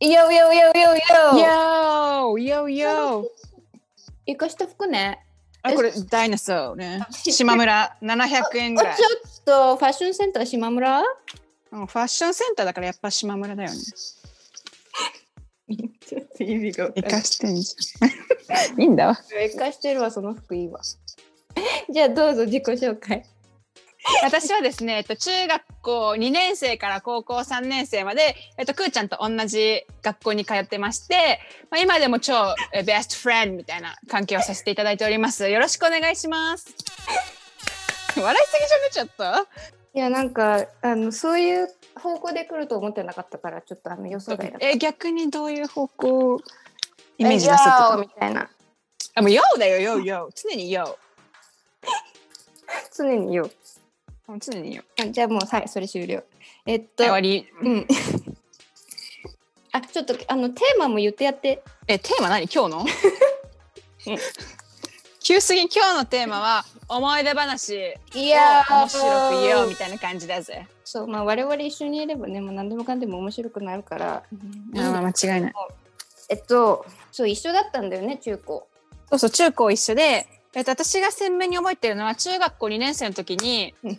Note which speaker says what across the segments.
Speaker 1: Yo, yo, yo, yo, yo!
Speaker 2: Yo! Yo! Yo!
Speaker 1: 床下服ね。
Speaker 2: あ、これダイナソーね。島村700円
Speaker 1: あち
Speaker 2: ぐ
Speaker 1: ょ
Speaker 2: らい。
Speaker 1: っとファッションセンター島村
Speaker 2: うんファッションセンターだからやっぱ島村だよね。
Speaker 1: ちょっと意味がわか
Speaker 2: 生
Speaker 1: んない
Speaker 2: かしてんじゃん。 いいんだわ。
Speaker 1: 生かしてるわ、その服 いいわ。じゃあどうぞ自己紹介。
Speaker 2: 私はですね、えっと、中学校2年生から高校3年生まで、えっと、くーちゃんと同じ学校に通ってまして、まあ、今でも超えベストフレンドみたいな関係をさせていただいております。よろしくお願いします。笑いすぎじゃねちょっ
Speaker 1: いや、なんか、あの、そういう方向で来ると思ってなかったから、ちょっとあの予想
Speaker 2: と
Speaker 1: 外だった。
Speaker 2: え逆にどういう方向イメージ出せた
Speaker 1: えいやーみたいな。
Speaker 2: あもう YO だよ YOYO 常に YO
Speaker 1: 常によ。
Speaker 2: うん常に YO
Speaker 1: あじゃあもう、はい、それ終了。えっと
Speaker 2: 終、わり
Speaker 1: うん。 あ、ちょっと、あの、テーマも言ってやって。
Speaker 2: えテーマ何 今日の急すぎ今日のテーマは思い出話
Speaker 1: い
Speaker 2: を面白く言おうみたいな感じだぜ。
Speaker 1: そう、まあ、我々一緒にいればね、もう何でもかんでも面白くなるから。
Speaker 2: ああ間違いない。
Speaker 1: えっと、そう、一緒だったんだよね、中高。
Speaker 2: そうそう中高一緒で、えっと、私が鮮明に覚えてるのは中学校2年生の時に
Speaker 1: うん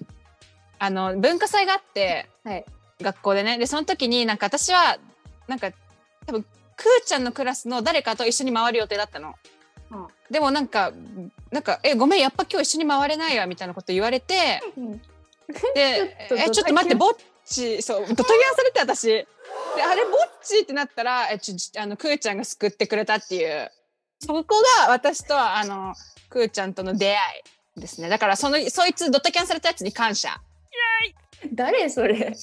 Speaker 2: あの文化祭があって
Speaker 1: はい。
Speaker 2: 学校でねでその時になんか私はなんか多分くーちゃんのクラスの誰かと一緒に回る予定だったの。
Speaker 1: うん
Speaker 2: でもなんかなんかえごめんやっぱ今日一緒に回れないわみたいなこと言われて。
Speaker 1: うん、
Speaker 2: で
Speaker 1: ちょっと
Speaker 2: えちょっと待ってぼっちそうドタキャンされて私であれぼっちってなったらえちょちょあのくーちゃんが救ってくれたっていうそこが私とあのくーちゃんとの出会いですねだからそのそいつドタキャンされたやつに感謝
Speaker 1: 誰それ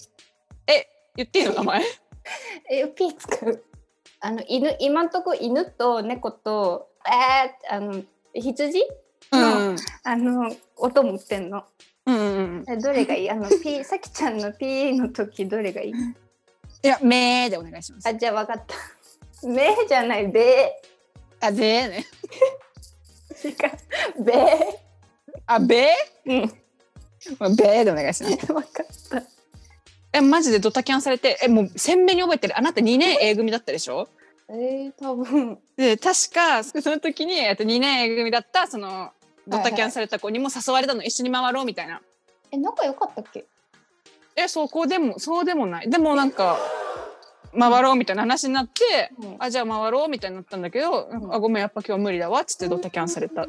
Speaker 2: 言っていいの名前
Speaker 1: え、ピ使う。あの、犬、今んとこ犬と猫と、えー、あの、羊
Speaker 2: うん
Speaker 1: あの、音持ってんの。
Speaker 2: うんうん
Speaker 1: えどれがいい あの、ピさきちゃんのピーの時どれがいい
Speaker 2: いや「め」でお願いします
Speaker 1: あ、じゃあ分かった。目じゃない、べ
Speaker 2: あ「で」ね
Speaker 1: 違う。べ
Speaker 2: あ「べ
Speaker 1: うん、分」
Speaker 2: べ」でお願いします
Speaker 1: かった。
Speaker 2: えマジでドタキャンされてえもう鮮明に覚えてるあなた2年 A 組だったでしょ
Speaker 1: えー、多分。
Speaker 2: で確かその時にえっと2年 A 組だったそのドタキャンされた子にも誘われたの一緒に回ろうみたいな
Speaker 1: え、仲良かったっけ
Speaker 2: えそこでもそうでもないでもなんか回ろうみたいな話になって
Speaker 1: うん
Speaker 2: あじゃあ回ろうみたいになったんだけど、
Speaker 1: うん
Speaker 2: あごめんやっぱ今日は無理だわっつってドタキャンされた、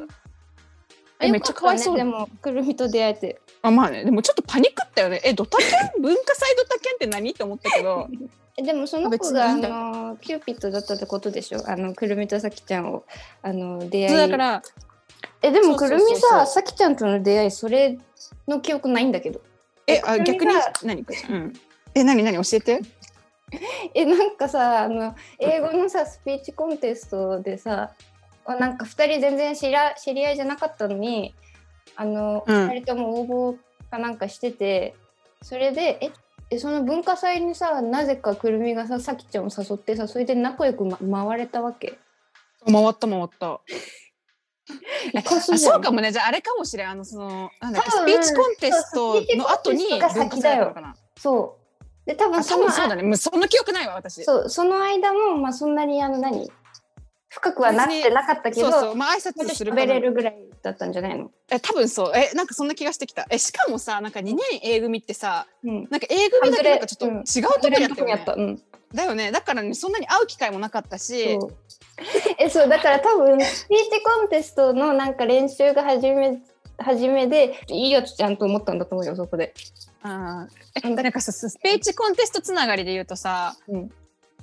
Speaker 2: えめっちゃかわいそう
Speaker 1: よかったねでも、くるみと出会えて。
Speaker 2: あまあねでもちょっとパニックったよねえドタキャン文化祭ドタキャンって何って思ったけど
Speaker 1: えでもその子
Speaker 2: 別に
Speaker 1: が
Speaker 2: いい
Speaker 1: あ
Speaker 2: んだ
Speaker 1: のキューピッドだったってことでしょあのくるみとさきちゃんをあの出
Speaker 2: そ
Speaker 1: 会
Speaker 2: うだ
Speaker 1: い
Speaker 2: から
Speaker 1: えでも
Speaker 2: そ
Speaker 1: く
Speaker 2: うそ
Speaker 1: る
Speaker 2: うそうそう
Speaker 1: みささきちゃんとの出会いそれの記憶ないんだけど
Speaker 2: えあ
Speaker 1: くるみ
Speaker 2: 逆に
Speaker 1: が
Speaker 2: 何か、うん、え何何教えて
Speaker 1: えなんかさあの英語のさスピーチコンテストでさあなんか2人全然知ら知り合いじゃなかったのにあの、
Speaker 2: うん
Speaker 1: 2人とも応募かなんかしててそれでええその文化祭にさなぜかくるみがささきちゃんを誘ってさそれで仲良く、ま、回れたわけ。
Speaker 2: 回った回った
Speaker 1: イカス
Speaker 2: あ
Speaker 1: じゃん
Speaker 2: そうかもねじゃああれかもしれんあのそのなんだっけ
Speaker 1: 多
Speaker 2: ス
Speaker 1: 分
Speaker 2: ピーチコンテス
Speaker 1: そう
Speaker 2: ト
Speaker 1: スピーチ
Speaker 2: の後に
Speaker 1: コンテ
Speaker 2: 文化
Speaker 1: ストが先だ
Speaker 2: 祭だ
Speaker 1: よ
Speaker 2: ったのかな
Speaker 1: そう。で、多分
Speaker 2: あ
Speaker 1: そ
Speaker 2: 多
Speaker 1: の
Speaker 2: 分そうだねもうその記憶ないわ私
Speaker 1: そうその間も、まあ、そんなにあの何深くはなってなかったけど、
Speaker 2: そう
Speaker 1: ちょ
Speaker 2: そうまあ挨
Speaker 1: っ
Speaker 2: 拶
Speaker 1: と
Speaker 2: する
Speaker 1: 喋れるぐらいだったんじゃないの
Speaker 2: え多分そうえなんかそんな気がしてきたえしかもさなんか2年 A 組ってさ
Speaker 1: うん。
Speaker 2: なんか A 組だけなんかち
Speaker 1: う
Speaker 2: ょっと違
Speaker 1: ん
Speaker 2: うとこに
Speaker 1: や
Speaker 2: あったよ
Speaker 1: っ
Speaker 2: ね
Speaker 1: た。うん。
Speaker 2: だよねだからねそんなに会う機会もなかったし
Speaker 1: そう え、そう、だから多分、スピーチコンテストのなんか練習が始め、始めで、いいやつじゃんと思ったんだと思うよ、そこで。
Speaker 2: あー
Speaker 1: うんだ
Speaker 2: えなんかさスピーチコンテストつながりで言うとさ
Speaker 1: うん。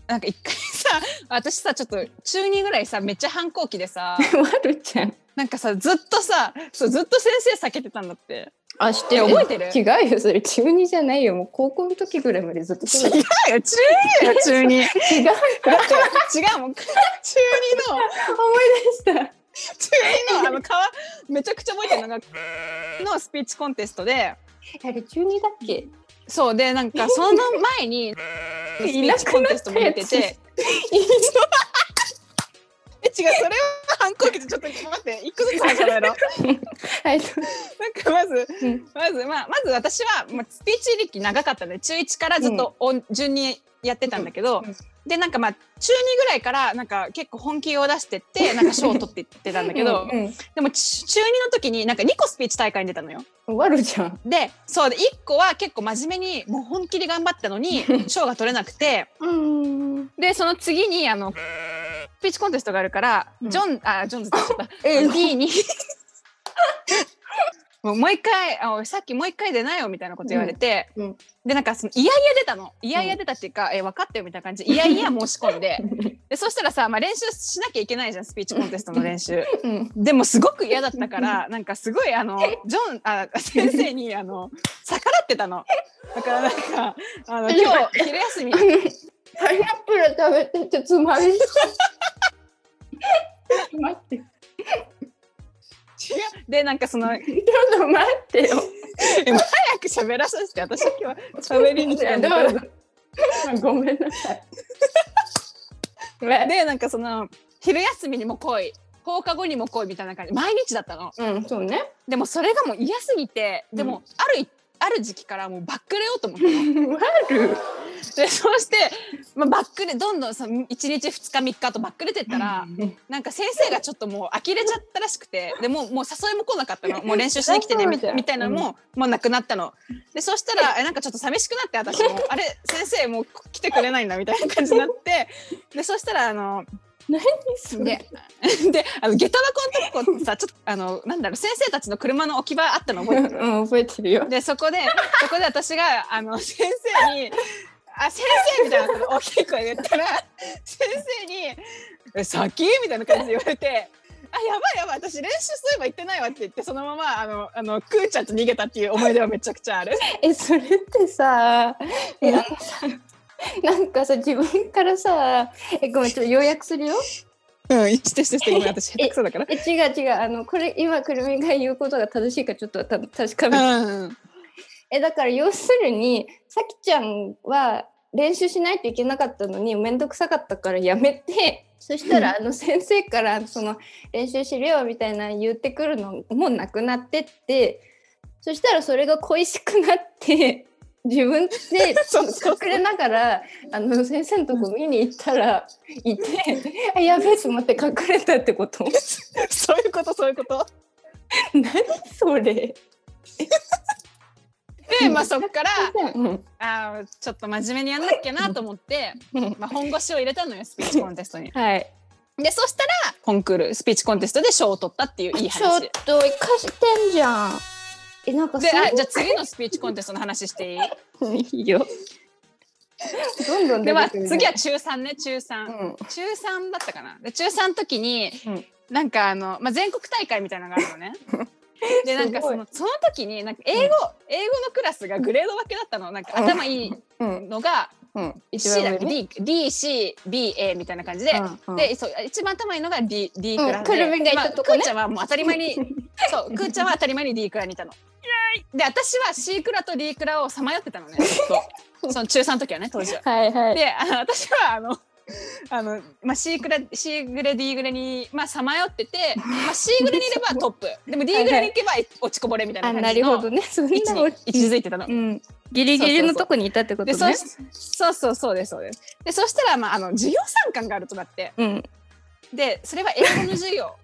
Speaker 2: なんか一回さ私さちょっと中2ぐらいさめっちゃ反抗期でさ
Speaker 1: まるちゃん。
Speaker 2: なんかさずっとさそうずっと先生避けてたんだって。
Speaker 1: あ、知って
Speaker 2: る
Speaker 1: 覚えてる違うよ、それ中2じゃないよ。もう高校の時ぐらいまでずっと
Speaker 2: 違うよ中二だよ中二だって
Speaker 1: 違う。思い
Speaker 2: 違うもん中二の
Speaker 1: 出した。
Speaker 2: 中二のあの川めちゃくちゃ覚えてるのがのスピーチコンテストで
Speaker 1: あれ中2だっけ
Speaker 2: そうでなんかその前にスピーチコンテストも出てて
Speaker 1: いなくなったや
Speaker 2: え違うそれは反抗期でちょっと待って一個ずつ話 しやろう
Speaker 1: はい。
Speaker 2: なんかまず
Speaker 1: うん
Speaker 2: まずまあまず私は、まあ、スピーチ歴長かったので中1からずっと、お順にやってたんだけど、
Speaker 1: うんうん
Speaker 2: でなんかまあ中2ぐらいからなんか結構本気を出して ってなんか賞を取っていってたんだけど
Speaker 1: うん
Speaker 2: でもち中2の時になんか2個スピーチ大会に出たのよ。
Speaker 1: うん、悪じゃん。
Speaker 2: でそうで1個は結構真面目にもう本気で頑張った のに賞が取れなくて
Speaker 1: うん。
Speaker 2: でその次にあのスピーチコンテストがあるから、
Speaker 1: うん
Speaker 2: ジョンあジョンズって言っちゃった。
Speaker 1: え、
Speaker 2: D にもうもう一回あおいさっきもう一回出なよみたいなこと言われて、
Speaker 1: うんうん
Speaker 2: でなんかそのいやいや出たのいやいや出たっていうか、え分かったよみたいな感じでいやいや申し込んででそしたらさ、まあ、練習しなきゃいけないじゃんスピーチコンテストの練習
Speaker 1: うん。
Speaker 2: でもすごく嫌だったからなんかすごいあのジョンあ先生にあの逆らってたのだからなんかあの今日昼休み
Speaker 1: あのパイナップル食べててつまりそう。待って。ち
Speaker 2: でなん かその早
Speaker 1: ょっと待ってよ。
Speaker 2: く喋らさせて私今日喋りに来たんだけど
Speaker 1: どうぞごめんなさい。
Speaker 2: でなんかその昼休みにも来い放課後にも来いみたいな感じ毎日だったの
Speaker 1: うん、そうね。
Speaker 2: でもそれがもう嫌すぎてで
Speaker 1: う
Speaker 2: も、あるいある時期からもうバックレようと思ったの
Speaker 1: 悪。
Speaker 2: でそうして、まあ、バックレどんどんその1日2日3日とバックレてったらなんか先生がちょっともう呆れちゃったらしくてでもうもう誘いも来なかった のもう練習しに来てねみ
Speaker 1: そうじゃん
Speaker 2: みたいなのも、もうなくなったのでそしたらえなんかちょっと寂しくなって私もあれ先生もう来てくれないんだみたいな感じになってでそしたらあの でであの下駄箱のとこさちょっとあのなんだろう先生たちの車の置き場あったの
Speaker 1: う
Speaker 2: 覚え
Speaker 1: ん、
Speaker 2: てる
Speaker 1: 覚えてるよ。
Speaker 2: でそこでそこで私があの先生に「あ先生」みたいな大きい声で言ったら先生に「え先?」みたいな感じで言われて「あやばいやばい私練習すれば行ってないわ」って言ってそのままあのあのクーちゃんと逃げたっていう思い出はめちゃくちゃある。
Speaker 1: え、それってさ、え、
Speaker 2: うん
Speaker 1: あのさ、なんかさ、自分からさ、え、ごめん、ちょっと要約するよ。
Speaker 2: うん、してしてしてごめん私下手くそだから。
Speaker 1: え、違う違う、あの、これ、今、くるみが言うことが正しいか、ちょっとた確かめて。
Speaker 2: うん、
Speaker 1: え、だから、要するに、さきちゃんは練習しないといけなかったのに、めんどくさかったからやめて、そしたら、あの、先生から、その、練習しろよ、みたいな言ってくるのもなくなってって、そしたら、それが恋しくなって、自分で
Speaker 2: そうそう
Speaker 1: 隠れながらあの先生のとこ見に行ったらい て「あやべえ」と思って隠れたってこと
Speaker 2: そういうことそういうこと。
Speaker 1: 何それ
Speaker 2: でまあそっから
Speaker 1: うん
Speaker 2: あーちょっと真面目にやんなきゃなと思って、
Speaker 1: うん
Speaker 2: まあ、本腰を入れた のよスピーチコンテストに。
Speaker 1: はい
Speaker 2: でそしたらコンクールスピーチコンテストで賞を取ったっていういい
Speaker 1: ちょっ
Speaker 2: 話。
Speaker 1: と生かしてんじゃんえなんか
Speaker 2: で
Speaker 1: そう
Speaker 2: あじゃあ次のスピーチコンテストの話していい
Speaker 1: いいよどんどん
Speaker 2: で、
Speaker 1: 出
Speaker 2: まあ、
Speaker 1: てくるね
Speaker 2: 次は中3ね中3、
Speaker 1: うん
Speaker 2: 中3だったかなで中3の時に、
Speaker 1: うん
Speaker 2: なんかあの、まあ、全国大会みたいなのがある のねでなんか
Speaker 1: すご
Speaker 2: そ
Speaker 1: い
Speaker 2: のその時になんか英語、英語のクラスがグレード分けだったのなんか頭いい
Speaker 1: うん
Speaker 2: のが
Speaker 1: うん一
Speaker 2: C
Speaker 1: 番
Speaker 2: だ
Speaker 1: 上
Speaker 2: っけ
Speaker 1: ね
Speaker 2: DCBA みたいな感じで、
Speaker 1: うん
Speaker 2: でそう一番頭いいのが D, D クラス
Speaker 1: うんくるみがいたとこね
Speaker 2: まあくーちゃんはもう当たり 前にそうくーちゃんは当たり前に D クラにいたの。で私は C クラと D クラをさまよってた のねずっとその中3の時はね当時は。
Speaker 1: はいはい
Speaker 2: であの私はあのあの、まあ、C クラ C グレ D グレにまあさまよってて、まあ、C グレにいれ ばトップでも D グレに行けば落ちこぼれみたいな
Speaker 1: あ
Speaker 2: 感
Speaker 1: な
Speaker 2: じ
Speaker 1: る
Speaker 2: の
Speaker 1: ほどねそんな
Speaker 2: 位置に位置づいてたの。
Speaker 1: うんギリギリのとこにいたってこと
Speaker 2: でそう
Speaker 1: ね
Speaker 2: しそうそうそうですそうです。でそしたら、まあ、あの授業参観があるとだって
Speaker 1: うん
Speaker 2: でそれは英語の 授業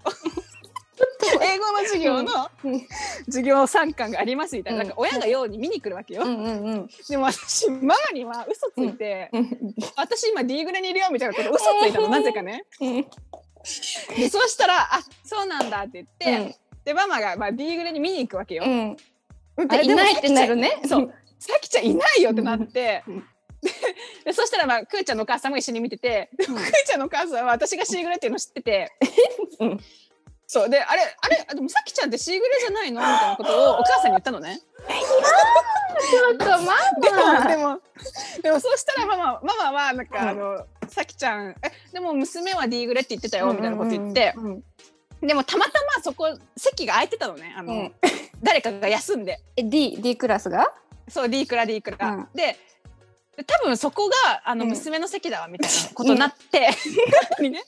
Speaker 2: 英語の授業の
Speaker 1: うんうん
Speaker 2: 授業参観がありますみたいななんか親がように見に来るわけよ、
Speaker 1: うんうんうん
Speaker 2: でも私ママには嘘ついて、
Speaker 1: うん
Speaker 2: 私今 D グレにいるよみたいなこと嘘ついたのなぜかね
Speaker 1: うん
Speaker 2: でそうしたら「あそうなんだ」って言って、
Speaker 1: うん
Speaker 2: でママが、まあ、D グレに見に行くわけよ、
Speaker 1: うん。
Speaker 2: あれ
Speaker 1: いないってなるね。
Speaker 2: でもさきちゃんそう。さきちゃんいないよってなって、
Speaker 1: うん
Speaker 2: ででそしたら、まあ、くーちゃんのお母さんも一緒に見てて、でもくーちゃんのお母さんは私がシーグレっていうの知ってて、
Speaker 1: うん
Speaker 2: そうであれあれあでもさきちゃんってシーグレじゃないのみたいなことをお母さんに言ったのね。
Speaker 1: ちょっとマ
Speaker 2: でも
Speaker 1: マ。
Speaker 2: でもでもそうしたらママママはなんか、
Speaker 1: うん
Speaker 2: あのさきちゃんえでも娘は D グレって言ってたよみたいなこと言って、
Speaker 1: うんうん
Speaker 2: でもたまたまそこ席が空いてたのねあ
Speaker 1: う
Speaker 2: の、
Speaker 1: んうん。
Speaker 2: 誰かが休んで。
Speaker 1: え D D クラスが？
Speaker 2: そう D クラ D クラ、
Speaker 1: うん
Speaker 2: でで多分そこがあの
Speaker 1: うん
Speaker 2: 娘の席だわみたいなことになって、 ね、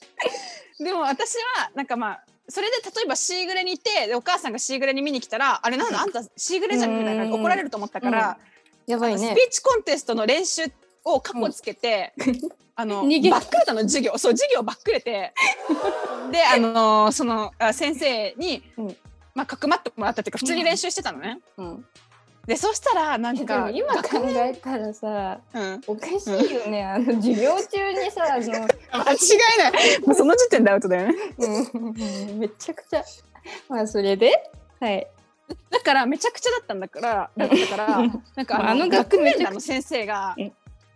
Speaker 2: でも私はなんかまあそれで例えば C グレにいてでお母さんが C グレに見に来たら「あれなんだあんた C グレじゃん」みたいな感じで
Speaker 1: うん
Speaker 2: 怒られると思ったから、
Speaker 1: やばい
Speaker 2: スピ
Speaker 1: ね
Speaker 2: ー。チコンテストの練習をカッコつけて、あの
Speaker 1: 逃げ
Speaker 2: バックレたの授業そう授業ばっくれてであのそのあ先生に、
Speaker 1: うん
Speaker 2: まあ、かくまってもらったっていうか普通に練習してたのね。
Speaker 1: うん、
Speaker 2: でそしたらなん
Speaker 1: でも
Speaker 2: か
Speaker 1: 今考えたらさ
Speaker 2: うん、
Speaker 1: おかしいよねあの授業中にさあの、
Speaker 2: 間違いないもうその時点でアウトだよね。
Speaker 1: うん、めちゃくちゃまあそれではい
Speaker 2: だからめちゃくちゃだったんだからだったから
Speaker 1: うん
Speaker 2: なんか
Speaker 1: まあ
Speaker 2: あ
Speaker 1: あ
Speaker 2: の
Speaker 1: の
Speaker 2: 学
Speaker 1: 学年
Speaker 2: 年団の先生が
Speaker 1: うん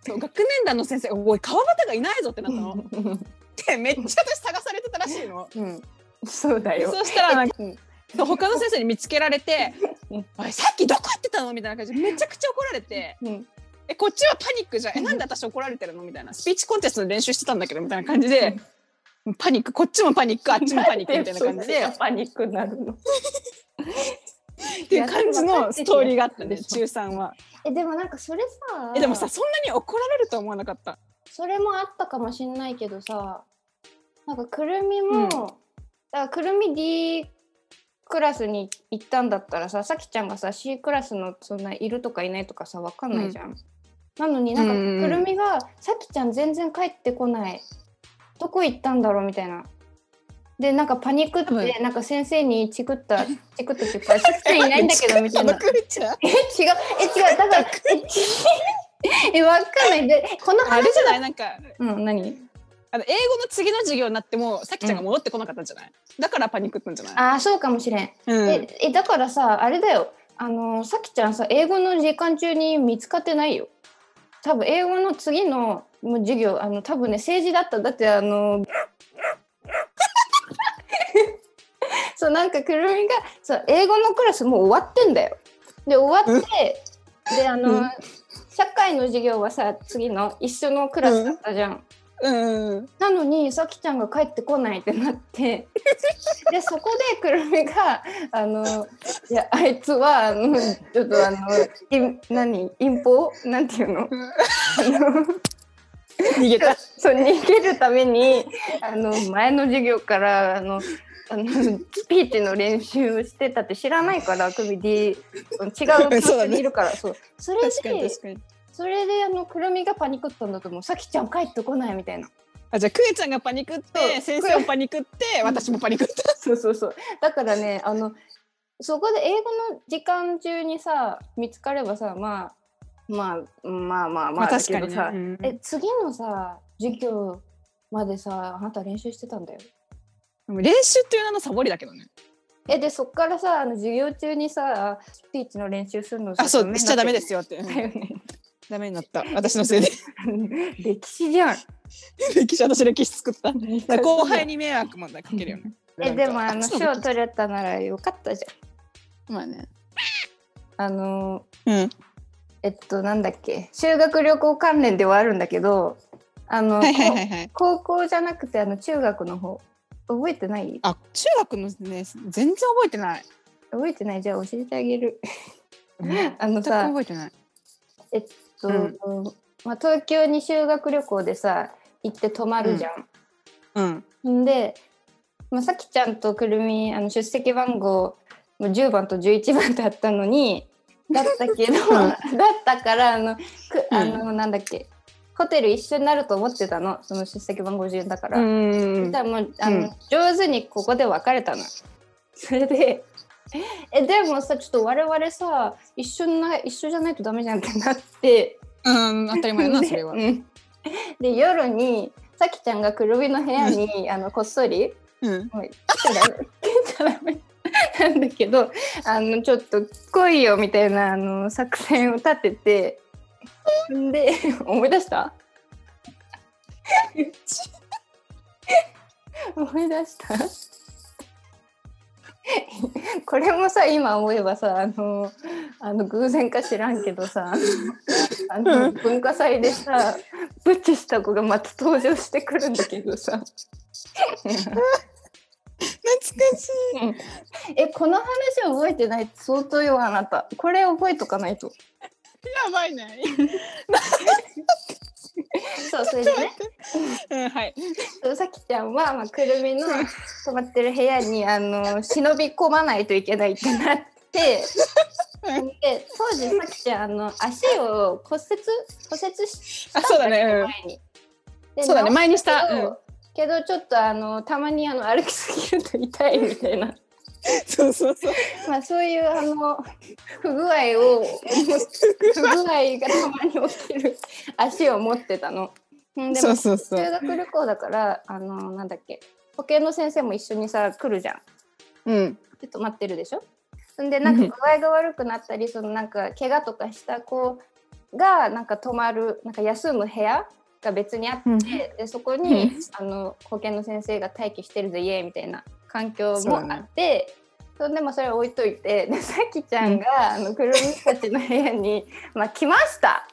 Speaker 2: そう学年団の先生が「おい川端がいないぞ」ってなったの。ってめっちゃ私探されてたらしいの。
Speaker 1: うん、そうだよ。
Speaker 2: そうしたらなんか
Speaker 1: うん
Speaker 2: そう他の先生に見つけられて
Speaker 1: うん
Speaker 2: 「おいさっきどこ行ってたの?」みたいな感じでめちゃくちゃ怒られて
Speaker 1: うん、
Speaker 2: 「えこっちはパニックじゃんえなんで私怒られてるの?」みたいなスピーチコンテストの練習してたんだけどみたいな感じでパニックこっちもパニックあっちもパニックみた いな感じで
Speaker 1: パニックになるの。
Speaker 2: っていう感じのストーリーがあったね中3は。
Speaker 1: えでもなんかそれさ、
Speaker 2: えでもさそんなに怒られるとは思わなかった。
Speaker 1: それもあったかもしんないけどさ、なんかくるみも、
Speaker 2: う
Speaker 1: だ
Speaker 2: ん
Speaker 1: からくるみ D クラスに行ったんだったらさ、さきちゃんがさ C クラスのそんないるとかいないとかさわかんないじゃん。なのになんか
Speaker 2: うんうんうん
Speaker 1: くるみがさきちゃん全然帰ってこない。どこ行ったんだろうみたいな。でなんかパニックっ
Speaker 2: 多分
Speaker 1: てなんか先生にチクった チクったっていうかさきちゃんいないんだけどみ たいな。
Speaker 2: クリちゃん
Speaker 1: え違うえ違う だからえち えわかんないでこの
Speaker 2: あ
Speaker 1: 話
Speaker 2: れじゃないなんか
Speaker 1: うん何
Speaker 2: あの英語の次の授業になってもさきちゃんが戻ってこなかったんじゃない、だからパニックったんじゃない
Speaker 1: あーそうかもしれん、
Speaker 2: うん、
Speaker 1: ええだからさあれだよあのーさきちゃんさ英語の時間中に見つかってないよ多分英語の次のもう授業あの多分ね政治だっただってあのー そうなんかくるみがそう英語のクラスもう終わってんだよで終わってであのー
Speaker 2: うん
Speaker 1: 社会の授業はさ次の一緒のクラスだったじゃん、
Speaker 2: うん
Speaker 1: なのにさきちゃんが帰ってこないってなって でそこでくるみが「あのいやあいつはあのちょっとあのイン何陰謀なんていうの
Speaker 2: うん
Speaker 1: あの
Speaker 2: 逃げた
Speaker 1: そう逃げるためにあの前の授業からあのあのスピーチの練習をしてたって知らないから首 D 違うクラスにいるからそう,、そ
Speaker 2: 確か
Speaker 1: れ
Speaker 2: に
Speaker 1: で
Speaker 2: 確かに
Speaker 1: それであのくるみがパニックったんだと思うさきちゃん帰ってこないみたいな。
Speaker 2: あじゃあクエちゃんがパニックっ
Speaker 1: そ
Speaker 2: て
Speaker 1: う
Speaker 2: 先生もパニックって私もパニックった
Speaker 1: そうそうそう。だからね、あの、そこで英語の時間中にさ、見つかればさ、まあ、まあ、まあまあまあ、だけどさ、
Speaker 2: うん
Speaker 1: え、次のさ、授業までさ、あなた練習してたんだよ。
Speaker 2: でも練習っていう名のサボりだけどね
Speaker 1: え、で、そっからさ、あの授業中にさ、スピーチの練習するの。
Speaker 2: あそうしちゃダメですすよって、うん
Speaker 1: だよね。
Speaker 2: ダメになった私のせいで
Speaker 1: 歴史じゃん。
Speaker 2: 歴史私歴史作っただから 後輩に迷惑もかけるよね
Speaker 1: え、でも、あの、
Speaker 2: そう
Speaker 1: 賞取れたならよかったじ
Speaker 2: まあね
Speaker 1: ゃん。あの、
Speaker 2: うん
Speaker 1: えっと、なんだっけ修学旅行関連ではあるんだけどあの、
Speaker 2: はいはいはいはい
Speaker 1: こう高校じゃなくてあの中学の方覚えてない
Speaker 2: あ中学のね全然覚えてない
Speaker 1: 覚えてないじゃあ教えてあげる
Speaker 2: 全く
Speaker 1: あのさ
Speaker 2: 覚えてない
Speaker 1: えっと、
Speaker 2: うん
Speaker 1: まあ、東京に修学旅行でさ行って泊まるじゃん。
Speaker 2: うん
Speaker 1: ん、で、まあ、さきちゃんとくるみあの出席番号もう10番と11番だったの にだったけど、だったからあのくあの、なんだっけホテル一緒になると思ってたのその出席番号順だから。
Speaker 2: うん
Speaker 1: そしたらもうあ
Speaker 2: うん
Speaker 1: の上手にここで別れたの。それでえでもさちょっと我々さ一緒な一緒じゃないとダメじゃんってなって
Speaker 2: うん、当たり前だな、それは。
Speaker 1: でうんで夜にさきちゃんがくるみの部屋にあのこっそり
Speaker 2: うん。
Speaker 1: なんだけどあのちょっと来いよみたいなあの作戦を立ててで思い出した 思い出したこれもさ今思えばさあのあの偶然か知らんけどさあの文化祭でさブチした子がまた登場してくるんだけどさ。
Speaker 2: 懐かしい。
Speaker 1: えこの話覚えてないって相当よあなたこれ覚えとかないと
Speaker 2: やばいね。
Speaker 1: そうそれでね
Speaker 2: うん、はい。
Speaker 1: そうさきちゃんは、まあ、くるみの泊まってる部屋にあの忍び込まないといけないってなってで当時さきちゃんあの足を骨折骨折し
Speaker 2: あそうだねうん
Speaker 1: 前にで
Speaker 2: そうだね
Speaker 1: 治
Speaker 2: 前にした
Speaker 1: けど
Speaker 2: うん
Speaker 1: けどちょっとあのたまにあの歩きすぎると痛いみたいな
Speaker 2: そうそうそう
Speaker 1: まあそういうあの不具合 を不具合がたまに起きる足を持ってたの。うんで
Speaker 2: そ
Speaker 1: も
Speaker 2: うそうそ
Speaker 1: 修
Speaker 2: う
Speaker 1: 学旅行だからあのなんだっけ保健の先生も一緒にさ来るじゃん。
Speaker 2: うん
Speaker 1: ちょっと待ってるでしょんでなんか
Speaker 2: うん
Speaker 1: 具合が悪くなったりそのなんか怪我とかした子がなんか泊まるなんか休む部屋が別にあって、
Speaker 2: うん
Speaker 1: でそこに、
Speaker 2: うん
Speaker 1: あの保健の先生が待機してるぜイエーみたいな環境
Speaker 2: そう
Speaker 1: も
Speaker 2: だね
Speaker 1: あってそ,、んでもそれは置いといてでさきちゃんが、あのくるみたちの部屋に、まあ、来ました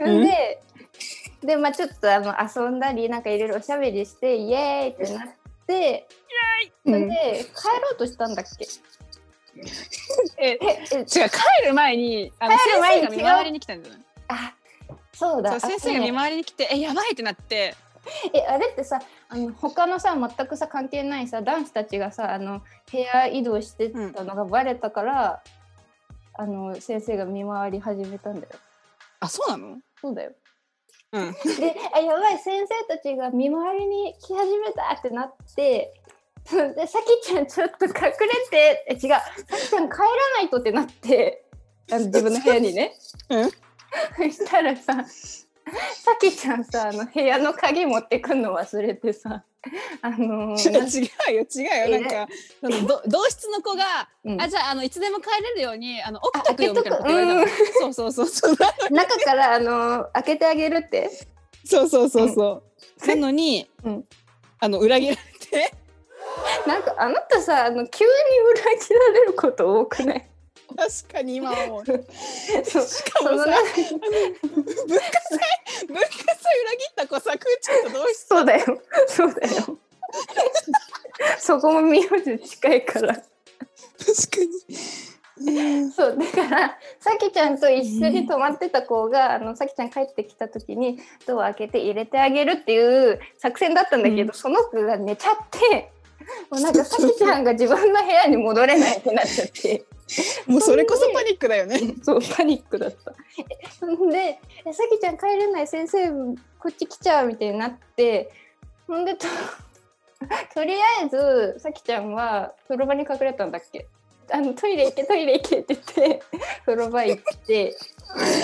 Speaker 2: うん
Speaker 1: んで、でまあちょっとあの遊んだりなんかいろいろおしゃべりしてイエーイってなって。それで帰ろうとしたんだっけ、え
Speaker 2: え
Speaker 1: え
Speaker 2: 違う帰る前にあの
Speaker 1: 帰る前に
Speaker 2: 先生が見回りに来たんじゃない
Speaker 1: あそうだ
Speaker 2: そう先生が見
Speaker 1: あ
Speaker 2: 回りに来て「えやばい!」ってなって
Speaker 1: そうねえあれってさあの他のさ全くさ関係ないさ男子たちがさあの部屋移動してたのがバレたから、あの先生が見回り始めたんだよ
Speaker 2: 「あそうなの?
Speaker 1: そうだよ
Speaker 2: うん」
Speaker 1: であやばい先生たちが見回りに来始めたってなって でさきちゃんちょっと隠れてえ違うさきちゃん帰らないとってなってあの自分の部屋にね
Speaker 2: うん
Speaker 1: そしたらささきちゃんさあの部屋の鍵持ってくんの忘れてさあの
Speaker 2: 違
Speaker 1: ー
Speaker 2: うよ違うよなんかそのど同室の子が「
Speaker 1: うん
Speaker 2: あじゃああのいつでも帰れるようにあの起きとくよ」みたいなこと言われた
Speaker 1: あ
Speaker 2: のそうそうそうそう
Speaker 1: 中からあのー開けてあげるって
Speaker 2: そうそうそうそう。なのに、
Speaker 1: うん
Speaker 2: あの裏切られて。
Speaker 1: なんかあなたさあの急に裏切られること多くない
Speaker 2: 確かに今はもう。
Speaker 1: そう
Speaker 2: しか
Speaker 1: そ
Speaker 2: も
Speaker 1: の
Speaker 2: さ
Speaker 1: ね、
Speaker 2: 文化祭、文化祭裏切った子さ、くーちゃんとどうし
Speaker 1: そうだよ。そうだよ。そこも名字近いから。
Speaker 2: 確かに。
Speaker 1: そうだからさきちゃんと一緒に泊まってた子が、あのさきちゃん帰ってきた時にドア開けて入れてあげるっていう作戦だったんだけど、
Speaker 2: うん
Speaker 1: その子が寝ちゃって。もうなんかさきちゃんが自分の部屋に戻れないってなっちゃって
Speaker 2: もうそれこそパニックだよね。
Speaker 1: そうパニックだったえんでえ「さきちゃん帰れない先生こっち来ちゃう」みたいになってほんでと とりあえずさきちゃんは風呂場に隠れたんだっけあのトイレ行けトイレ行けって言って 風呂場行ってで、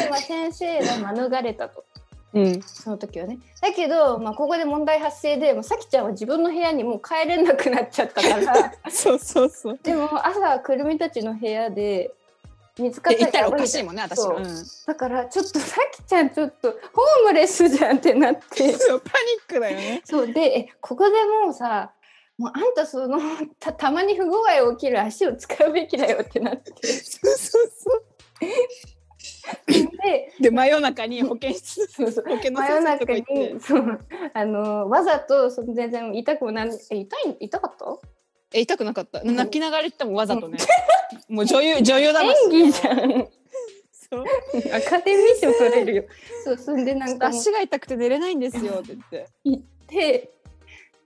Speaker 1: まあ、先生は免れたと
Speaker 2: うん。
Speaker 1: その時はねだけど、まあ、ここで問題発生でもうさきちゃんは自分の部屋にもう帰れなくなっちゃったから
Speaker 2: そうそうそう。
Speaker 1: でも朝くるみたちの部屋で見つかっ
Speaker 2: で、
Speaker 1: た
Speaker 2: 言ったら
Speaker 1: や
Speaker 2: お
Speaker 1: ばい
Speaker 2: か
Speaker 1: じ
Speaker 2: し
Speaker 1: ゃ
Speaker 2: い
Speaker 1: ん
Speaker 2: もんね、私
Speaker 1: そ
Speaker 2: は。
Speaker 1: う
Speaker 2: うん
Speaker 1: だからちょっとさきちゃんちょっとホームレスじゃんってなって
Speaker 2: そう、パニックだよね。
Speaker 1: そうでえここでもうさもうあんたそのたたまに不具合起きる足を使うべきだよってなって
Speaker 2: そうそうそう。
Speaker 1: で
Speaker 2: で、真夜中に保健 室。
Speaker 1: そうそう
Speaker 2: 保健の
Speaker 1: 真夜
Speaker 2: 先生のとこ
Speaker 1: 中
Speaker 2: 行って
Speaker 1: にそうあのわざとその全然痛くもなんえ痛い痛かった
Speaker 2: え、痛くなかった。泣きながら行ったもんわざとね。もう女優、女優だ
Speaker 1: 演技 じゃん
Speaker 2: そう。
Speaker 1: アカデミー賞取れるよそうそんでなんかもう
Speaker 2: 足が痛くて寝れないんですよって言って。
Speaker 1: 行って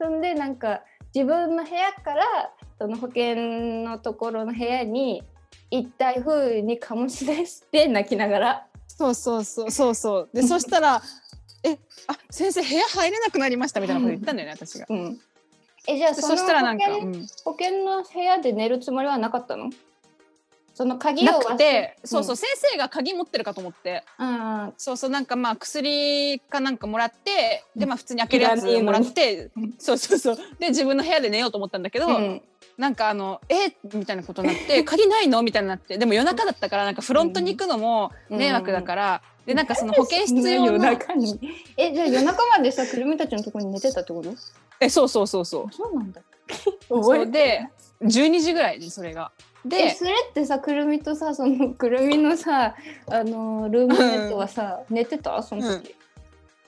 Speaker 1: そんでなんか自分の部屋からその保険のところの部屋に行った風に醸し出して泣きながら
Speaker 2: そうそうそうそうそう。で、そしたら、 え、あ、先生部屋入れなくなりましたみたいなこと言ったんだよね、私が。
Speaker 1: うん。えじゃあ
Speaker 2: で
Speaker 1: そ
Speaker 2: そ
Speaker 1: の
Speaker 2: したらなんか、
Speaker 1: 保険
Speaker 2: うん
Speaker 1: 保険の部屋で寝るつもりはなかったのその鍵を
Speaker 2: な
Speaker 1: 忘れ
Speaker 2: くて、そうそう、
Speaker 1: う
Speaker 2: 先生が鍵持ってるかと思って、
Speaker 1: ん、あ
Speaker 2: そうそう、なんかまあ薬かなんかもらって、で、まあ普通に開けるやつ
Speaker 1: いらねえ
Speaker 2: も
Speaker 1: の
Speaker 2: ら
Speaker 1: に
Speaker 2: って
Speaker 1: うん、
Speaker 2: そうそうそう。で、自分の部屋で寝ようと思ったんだけど、
Speaker 1: ーうん
Speaker 2: なんかあの、えみたいなことにな って、鍵ないのみたいになって、でも夜中だったから、なんかフロントに行くのも迷惑だから、で、なんかその保健室用
Speaker 1: 夜
Speaker 2: の、
Speaker 1: 中に えじゃあ夜中までさくるみたちのところに寝てたってこと
Speaker 2: え、そうそうそうそう。
Speaker 1: そうなんだ
Speaker 2: そ
Speaker 1: 覚え
Speaker 2: う
Speaker 1: て
Speaker 2: で12時ぐらいにそれが。
Speaker 1: え
Speaker 2: で
Speaker 1: それってさくるみとさその くるみのさあのルームメイトはさ、寝てたその時、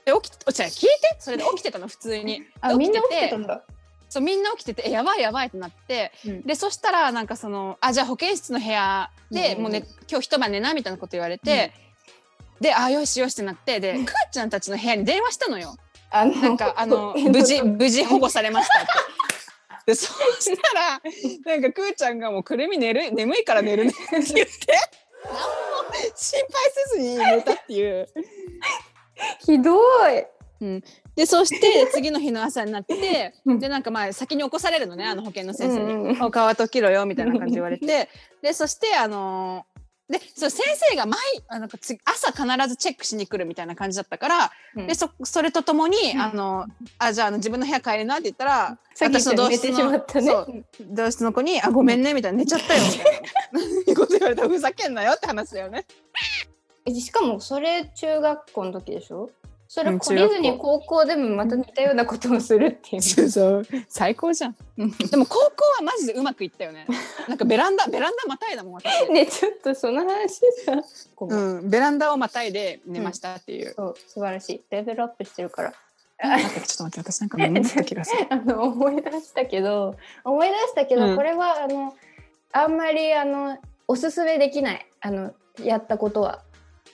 Speaker 2: で起きてお違う聞いてそれで起きてたの普通に。
Speaker 1: あみんな
Speaker 2: 起
Speaker 1: 起
Speaker 2: き
Speaker 1: き
Speaker 2: て
Speaker 1: て
Speaker 2: て
Speaker 1: たんだ、
Speaker 2: そうみんな起きててえやばいやばいってなって
Speaker 1: うん
Speaker 2: でそしたらなんかそのあじゃあ保健室の部屋で、
Speaker 1: うん
Speaker 2: もうね今日一晩寝なみたいなこと言われて、であよしよしってなってでくーちゃんたちの部屋に電話したのよ。
Speaker 1: あの
Speaker 2: なんか あ の無事無事保護されましたって。でそうしたらなんかくーちゃんがもうくるみ寝る眠いから寝るねって言って
Speaker 3: 心配せずに寝たっていう。
Speaker 1: ひどい。
Speaker 2: でそして次の日の朝になって
Speaker 1: うん
Speaker 2: でなんかまあ先に起こされるのねあの保健の先生に
Speaker 1: うん
Speaker 2: 「
Speaker 1: うん
Speaker 2: お顔と起きろよ」みたいな感じで言われてでそしてあのーでそう先生が毎あなんかつ朝必ずチェックしに来るみたいな感じだったから、
Speaker 1: うん
Speaker 2: でそそれとともに、
Speaker 1: うん
Speaker 2: あのあじゃああの自分の部屋帰るなって言ったら
Speaker 1: さっき言っ
Speaker 2: 私
Speaker 1: た
Speaker 2: の
Speaker 1: ように
Speaker 2: 同室
Speaker 1: 寝てしま
Speaker 2: の
Speaker 1: ったね
Speaker 2: そう同室の子に「あごめんね」みたいな「寝ちゃったよ」みたいないうこと言われたらふざけんなよって話だよね。
Speaker 1: えしかもそれ中学校の時でしょそれ
Speaker 2: うん
Speaker 1: 懲りず
Speaker 2: 中学
Speaker 1: に高校でもまた似たようなことをするって いう。
Speaker 3: そう。
Speaker 2: 最高じゃん
Speaker 1: うん
Speaker 2: でも高校はマジでうまくいったよねなんかベランダベランダまたいだもん私
Speaker 1: ねちょっとその話さ、こう
Speaker 2: うん、ベランダをまたいで寝ましたっていう。
Speaker 1: そう素晴らしいレベルアップしてるから。
Speaker 2: 待ってちょっと待って、私 なんか眠った気がする。
Speaker 1: あの思い出したけど思い出したけど、
Speaker 2: うん
Speaker 1: これはあのあんまりあのおすすめできないあのやったことは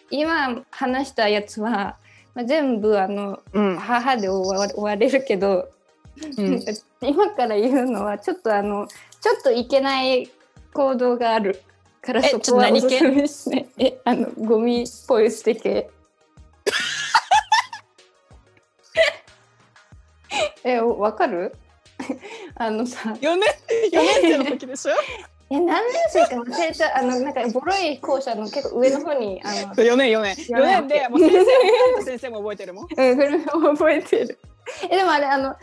Speaker 1: 今話したやつは、まあ、全部あの
Speaker 2: うん、
Speaker 1: 母で終わ終われるけど、
Speaker 2: うん、
Speaker 1: 今から言うのはちょっとあのちょっといけない行動があるから
Speaker 2: え
Speaker 1: そこは
Speaker 2: ちょっ
Speaker 1: おす
Speaker 2: と何
Speaker 1: す
Speaker 2: 系
Speaker 1: めしないえあのゴミポイ捨て系 えおわかる あのさ
Speaker 2: 四年、四年生の時でしょ。
Speaker 1: え何年生か忘れちゃうあのなんかボロい校舎の結構上の方にあの
Speaker 2: 四年、四年、四年で、もう先生も、先生も覚えてるも ん。
Speaker 1: うん、それを覚えてる。え、でもあれ、あの、あ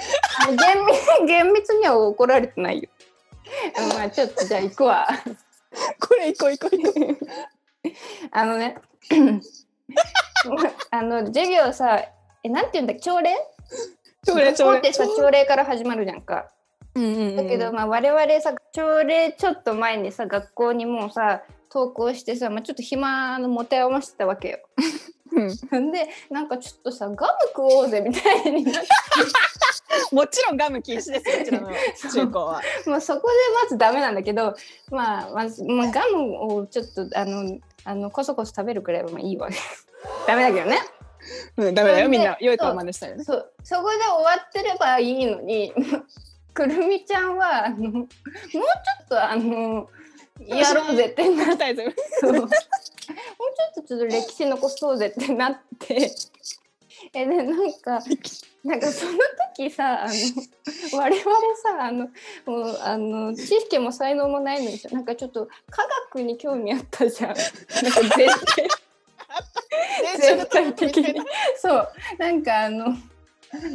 Speaker 1: の厳密、 厳密には怒られてないよ。 うんまあ、ちょっと、じゃあ、行くわ。
Speaker 2: これ、一個一個一個。
Speaker 1: あのね。 あの、授業さ、え、なんて言うんだっけ、朝礼。
Speaker 2: 朝礼朝
Speaker 1: 学校って
Speaker 2: 礼
Speaker 1: さ、朝礼から始まるじゃんか。
Speaker 2: うんうんう
Speaker 1: だ
Speaker 2: ん
Speaker 1: けど、まあ、我々さ、朝礼ちょっと前にさ、学校にもうさ。登校してさ、まあ、ちょっと暇の持て余してたわけよ。
Speaker 2: うん
Speaker 1: で、なんかちょっとさ、ガム食おうぜみたいに なって
Speaker 2: もちろんガム禁止ですよ、うちらの中高は。
Speaker 1: もうそこでまずダメなんだけど、まあ、まず、まあ、ガムをちょっとあのあのコソコソ食べるくらいはまあいいわけ ダメだけどね
Speaker 2: うん、ダメだよ、
Speaker 1: そう
Speaker 2: みんな、良い子は真似したよね。
Speaker 1: そうそこで終わってればいいのに くるみちゃんはあのもうちょっとあのやろうぜってなっ
Speaker 2: 行きたいぞ
Speaker 1: そうもうちょっとちょっと歴史残そうぜってなってえでなんかなんかその時さあの我々さあのもうあの知識も才能もないのにさなんかちょっと科学に興味あったじゃん。なんか絶対全体的に そうなんかあの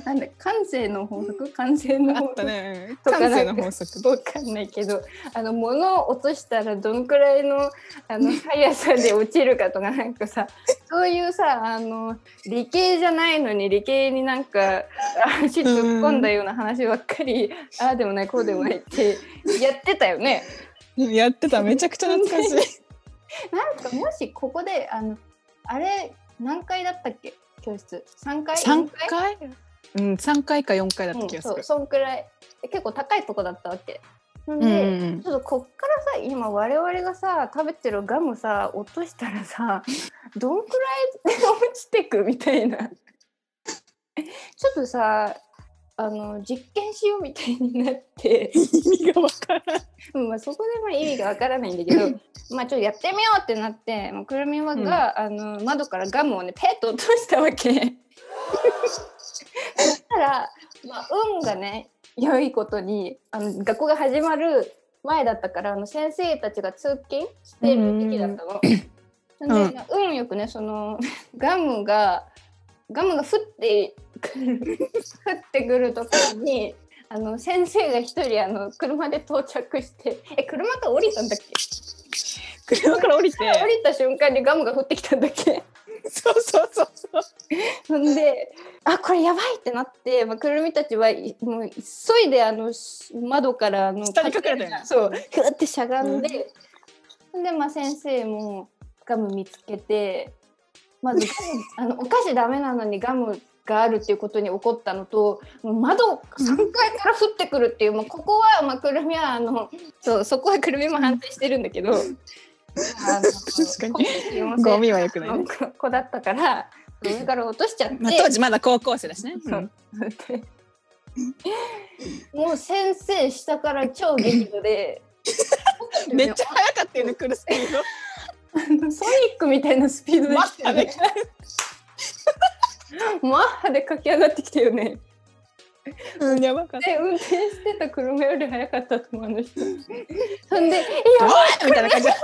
Speaker 1: なんだ感性の法則感性の
Speaker 2: あ
Speaker 1: 法
Speaker 2: った
Speaker 1: 則
Speaker 2: ね。うん
Speaker 1: とかな
Speaker 2: 感
Speaker 1: んか
Speaker 2: 性の法則。
Speaker 1: わかんないけどあの物を落としたらどのくらいのあの速さで落ちるかとかなんかさそういうさあの理系じゃないのに理系になんかあ足突っ込んだような話ばっかりああでもないこうでもないってやってたよね。
Speaker 2: やってた、めちゃくちゃ懐かしい。
Speaker 1: なんかもしここであのあれ何回だったっけ教室3回
Speaker 2: 三
Speaker 1: 四回
Speaker 2: 回うん3回か4回だった
Speaker 1: うん
Speaker 2: 気がす
Speaker 1: そ
Speaker 2: る
Speaker 1: う。そんくらい結構高いとこだったわけ。なん
Speaker 2: う
Speaker 1: で、
Speaker 2: んうん
Speaker 1: ちょっとこっからさ今我々がさ食べてるガムさ落としたらさどんくらい落ちてくみたいなちょっとさあの実験しようみたいになって、
Speaker 2: 意味がわからん。
Speaker 1: うんまあ、そこでまあ意味がわからないんだけ どまあちょっとやってみようってなって、まあ、くるみはが、あの窓からガムをねペッと落としたわ けそしたら、まあ、運がね良いことにあの学校が始まる前だったからあの先生たちが通勤してる時期だったの。
Speaker 2: ん
Speaker 1: なんで、まあ運よくねその ガムがガムが降ってくる降ってくるところにあの先生が一人あの車で到着してえ車から降りたんだっけ
Speaker 2: 車から降りて。
Speaker 1: 降りた瞬間にガムが降ってきたんだっけ
Speaker 2: そうそうそうそう。
Speaker 1: ほん であこれやばいってなって、まあ、くるみたちはいもう急いであのし窓からあの
Speaker 2: 下に隠れたよね
Speaker 1: そうふわってしゃがんで、ほん、で、まあ、先生もガム見つけてまずガム あのお菓子ダメなのにガムがあるっていうことに怒ったのともう窓3階から降ってくるっていう、まあ、ここは、まあ、くるみはあのそうそこはくるみも反対してるんだけ ど。あの
Speaker 2: 確かに
Speaker 1: 好奇心旺盛
Speaker 2: ゴミは良くな い
Speaker 1: なん
Speaker 2: ね。
Speaker 1: か子だったから上から落としちゃって、
Speaker 2: まあ、当時まだ高校生だしね。
Speaker 1: そう もう先生下から超激怒で
Speaker 2: めっちゃ速かったよね、来るスピード。
Speaker 1: ソニックみたいなスピードで
Speaker 2: マ
Speaker 1: 来
Speaker 2: ッ
Speaker 1: た
Speaker 2: ハ
Speaker 1: よね
Speaker 2: で。
Speaker 1: マッハで駆け上がってきたよね。
Speaker 3: うん、やばかっ
Speaker 1: で運転してた車より速かったと思 うあの人。そんで、い
Speaker 2: おいみたいな感じで
Speaker 1: や、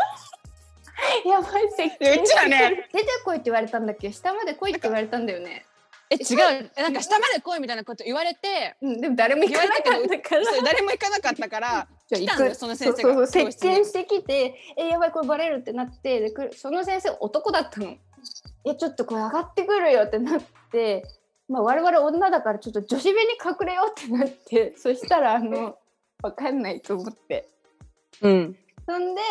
Speaker 1: やばい、接
Speaker 2: でうちはね
Speaker 1: 出てこいって言われたんだっけ下まで来いって言われたんだよね。
Speaker 2: え違うえなんか下まで来いみたいなこと言われて
Speaker 1: うん、でも誰も行かなかったから。
Speaker 2: それ誰も行かなかったから
Speaker 1: じゃあ
Speaker 2: 来たんだよその先生
Speaker 1: そうそう
Speaker 2: が
Speaker 1: そう
Speaker 2: 教
Speaker 1: 接
Speaker 2: 室に
Speaker 1: 見してきて「えやばいこれバレる」ってなってでくるその先生男だったの。いやちょっとこれ上がってくるよってなって、まあ、我々女だからちょっと女子弁に隠れようってなって そしたらあの分かんないと思って
Speaker 2: うん
Speaker 1: そんで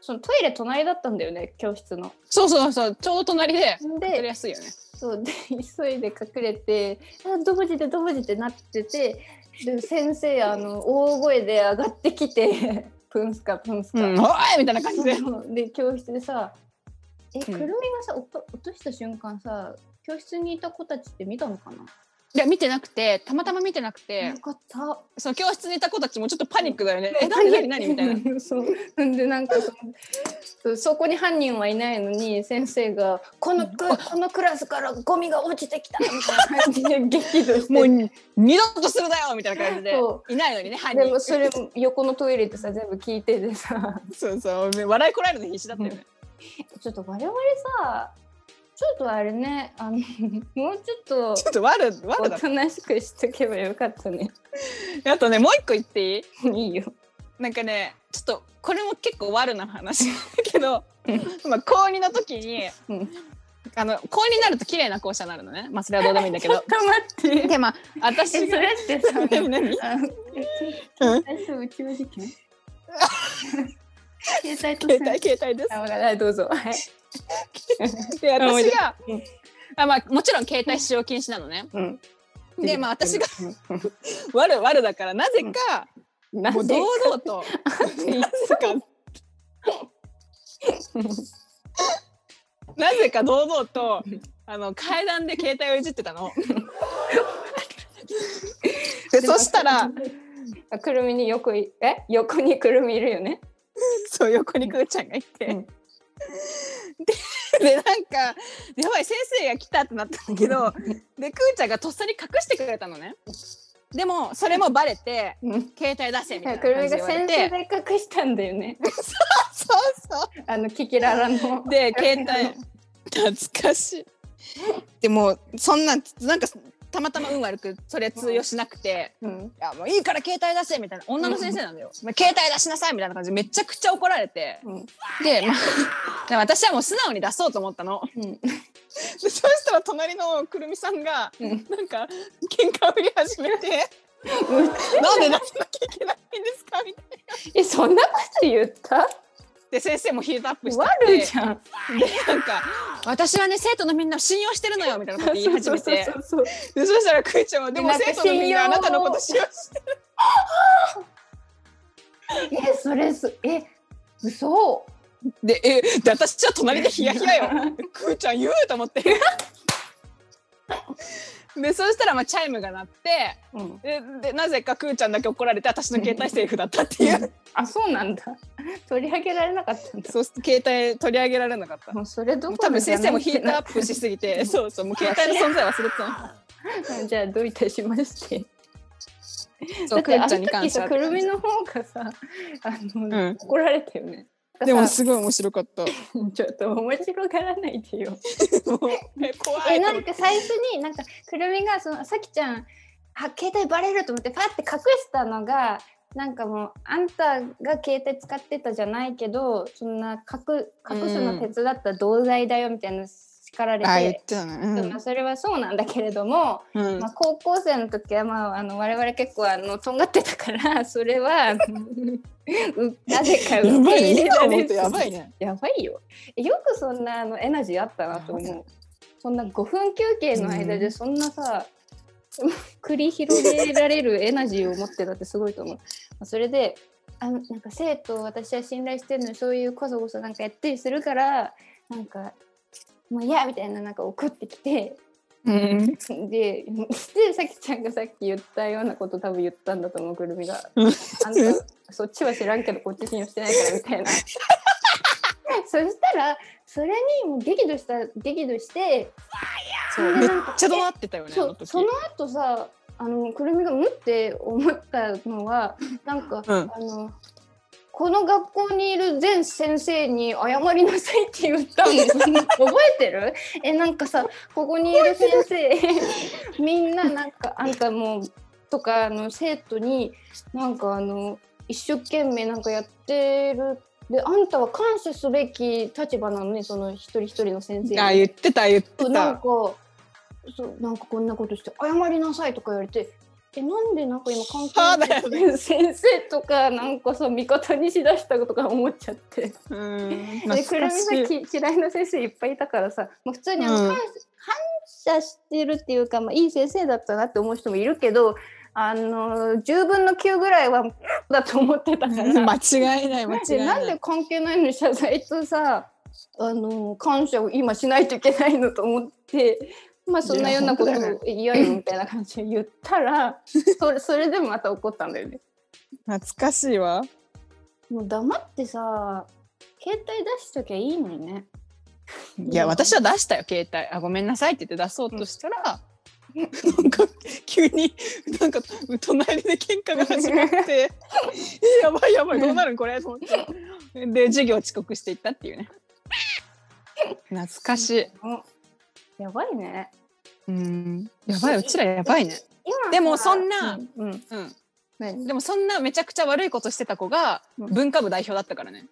Speaker 1: そのトイレ隣だったんだよね教室の。
Speaker 2: そうそうそうちょうど隣で
Speaker 1: そん
Speaker 2: 取り
Speaker 1: で
Speaker 2: やすいよね
Speaker 1: そうで急いで隠れて「あどぶじでどぶじ」ってなっててで先生あの大声で上がってきて 「プンスカプンス
Speaker 2: う
Speaker 1: カ」
Speaker 2: んおいみたいな感じで
Speaker 1: そう で教室でさえく
Speaker 2: ん
Speaker 1: るみがさ落と落とした瞬間さ教室にいた子たちって見たのかな、
Speaker 2: いや見てなくてたまたま見てなくて
Speaker 1: よかった
Speaker 2: その教室にいた子たちもちょっとパニックだよねえ何何何みたいな
Speaker 1: な そうなんでなんかそのそうそこに犯人はいないのに先生がこのくこのクラスからゴミが落ちてきたみたいな感じで 激怒して
Speaker 2: もう二度とするだよみたいな感じで
Speaker 1: そ
Speaker 2: いないのにね犯
Speaker 1: で
Speaker 2: 人
Speaker 1: もそれも横のトイレでさ全部聞いててさ
Speaker 2: そうそう笑いこらえるの必死だったよね
Speaker 1: ちょっと我々さちょっとあれねあのもうちょっと
Speaker 2: ちょっと悪悪
Speaker 1: お
Speaker 2: だっ
Speaker 1: となしくしとけばよかったね。
Speaker 2: たあとねもう一個言っていい
Speaker 1: いいよ。
Speaker 2: なんかねちょっとこれも結構悪な話なんだけど、まあ、高2の時に、
Speaker 1: うん
Speaker 2: あの高2になると綺麗な校舎になるのねまあそれはどうでもいいんだ けど
Speaker 1: 待って。
Speaker 2: でまあ私
Speaker 1: え、そ
Speaker 2: が
Speaker 1: れってさ、
Speaker 2: 何何
Speaker 1: あの
Speaker 2: うん
Speaker 1: 最初うちの事 件。携帯と
Speaker 2: 携帯携帯です
Speaker 1: あ、わかんないどうぞ。はい。
Speaker 2: で
Speaker 1: 思い
Speaker 2: 私
Speaker 1: 出
Speaker 2: が
Speaker 1: うん、
Speaker 2: あまあ、もちろん携帯使用禁止なのね
Speaker 1: うん。
Speaker 2: でまあ私が
Speaker 1: うん。
Speaker 2: 悪悪だからなぜか、
Speaker 1: な
Speaker 2: もう
Speaker 1: ぜ
Speaker 2: 堂々と なぜかなぜか堂々とあの階段で携帯をいじってたの。でそしたら
Speaker 1: か。くるみに横い、え、横にくるみいるよね。
Speaker 2: そう横にくーちゃんがいて、
Speaker 1: うん
Speaker 2: ででなんかやばい先生が来たってなったんだけどでくーちゃんがとっさに隠してくれたのねでもそれもバレて
Speaker 1: うん。
Speaker 2: 携帯出せみたいな
Speaker 1: くる
Speaker 2: 感
Speaker 1: み
Speaker 2: じで
Speaker 1: が
Speaker 2: 言わ
Speaker 1: 先
Speaker 2: れて
Speaker 1: 生で隠したんだよね。
Speaker 2: そうそ
Speaker 1: あのキキララの
Speaker 2: う。 で携帯懐かしいでもそんなんなんかたまたま運悪くそれ通用しなくて。
Speaker 1: うん。
Speaker 2: いやもういいから携帯出せみたいな女の先生なんだよ、まあ携帯出しなさいみたいな感じでめちゃくちゃ怒られて
Speaker 1: うん。
Speaker 2: で、まあ、 で私はもう素直に出そうと思ったの
Speaker 1: うん。
Speaker 2: でそうしたら隣のくるみさんが
Speaker 1: うん
Speaker 2: なんか喧嘩を売り始め て「なんで出さなきゃいけないんですか?」みたいな。
Speaker 1: え、そんなこと言った。
Speaker 2: で先生もヒートアップして
Speaker 1: 悪じゃん。
Speaker 2: で なんか「私はね生徒のみんなを信用してるのよ」みたいなこと言い始めて
Speaker 1: そうそうそうそう
Speaker 2: でそしたらくいちゃんは「でも
Speaker 1: なんか
Speaker 2: 生徒のみんなあなたのこと信用して
Speaker 1: えそれすえ嘘
Speaker 2: でえで私は隣でヒヤヒヤよ。 くーちゃん言うと思って。でそうしたらまあチャイムが鳴って
Speaker 1: うん
Speaker 2: ででなぜかくーちゃんだけ怒られて私の携帯セーフだったっ ていう
Speaker 1: あそうなんだ取り上げられなかったんだ
Speaker 2: そう携帯取り上げられなかった
Speaker 1: もうそれどころ
Speaker 2: 多分先生もヒート
Speaker 1: ッ
Speaker 2: アップしすぎてそうそうもう携帯の存在忘れてた
Speaker 1: プじゃあどういたしまして
Speaker 2: そうくーちゃんに関して
Speaker 1: さ
Speaker 2: は
Speaker 1: くるみの方がさ あの、
Speaker 2: うん
Speaker 1: 怒られたよね
Speaker 2: でも
Speaker 1: さ
Speaker 2: すごい面白かったも
Speaker 1: ちょっと面白がらないでよ
Speaker 2: うえ怖
Speaker 1: え
Speaker 2: いと
Speaker 1: な
Speaker 2: 思っ
Speaker 1: ん
Speaker 2: て
Speaker 1: か最初になんかくるみがそのさきちゃんあ携帯バレると思ってパッて隠したのがなんかもうあんたが携帯使ってたじゃないけどそんな隠隠すの手伝った同罪だよみたいな叱られ、
Speaker 2: あ言っててたね
Speaker 1: まあそれはそうなんだけれども、
Speaker 2: うんうん
Speaker 1: まあ、高校生の時は、まあ、あの我々結構あのとんがってたから それはあのうなぜか
Speaker 2: や
Speaker 1: 受
Speaker 2: ば
Speaker 1: け入
Speaker 2: いね
Speaker 1: れら
Speaker 2: 今
Speaker 1: れ
Speaker 2: 思う
Speaker 1: ず
Speaker 2: とやばいね
Speaker 1: やばいよ。よくそんなあのエナジーあったなと思う。そんな5分休憩の間でそんなさ、繰り広げられるエナジーを持ってたってすごいと思う。まあそれであのなんか生徒を私は信頼してるのにそういうこそこそなんかやったりするからなんかもう嫌みたいななんか怒ってきて
Speaker 2: うん
Speaker 1: で、で、さきちゃんがさっき言ったようなこと多分言ったんだと思う、くるみが。あ
Speaker 2: うん
Speaker 1: んた、そっちは知らんけど、こっち信用してないからみたいな。そしたらそれにもう激怒した激怒して
Speaker 2: そうめっちゃ怒鳴ってたよね。あ
Speaker 1: そ
Speaker 2: の時
Speaker 1: その後さあのくるみが無って思ったの はなんか、
Speaker 2: うん
Speaker 1: あのこの学校にいる全先生に謝りなさいって言ったの 覚えてるえなんかさここにいる先生みんななんかあんたもうとかあの生徒になんかあの一生懸命なんかやってるであんたは感謝すべき立場なのねその一人一人の先生に
Speaker 2: あ言ってた言って
Speaker 1: そうなん
Speaker 2: た
Speaker 1: か。そうなんかこんなことして謝りなさいとか言われてえなんでなんか今関係ない
Speaker 2: そう
Speaker 1: 先生とかなんかさ味方にしだしたことか思っちゃって
Speaker 2: うん
Speaker 1: でくる
Speaker 2: 懐か
Speaker 1: み
Speaker 2: し
Speaker 1: さ
Speaker 2: い
Speaker 1: んき嫌いな先生いっぱいいたからさもう普通にあの、
Speaker 2: うん
Speaker 1: 感感謝してるっていうか、まあ、いい先生だったなって思う人もいるけどあの10分の9ぐらいはうんだと思ってたから
Speaker 2: 間違いない間違い
Speaker 1: で
Speaker 2: な。
Speaker 1: ないんで関係ないのに謝罪とさあの感謝を今しないといけないのと思ってまあそんなようなこと
Speaker 2: いや本
Speaker 1: を言いよみたいな感じで言った らそれそれでもまた怒ったんだよね。
Speaker 2: 懐かしいわ。
Speaker 1: もう黙ってさ携帯出しときゃいいのに ね。
Speaker 2: いや私は出したよ携帯あごめんなさいって言って出そうとしたら、なんか急になんか隣で喧嘩が始まってえ やばいやばいどうなるんこれと思ってで授業遅刻していったっていうね懐かしい
Speaker 1: おやばいね。
Speaker 2: うんやばいうちらやばいね
Speaker 1: 今さ
Speaker 2: でもそんな
Speaker 1: うんうん
Speaker 2: うん
Speaker 1: 何
Speaker 2: でもそんなめちゃくちゃ悪いことしてた子が
Speaker 1: うん
Speaker 2: 文化部代表だったからね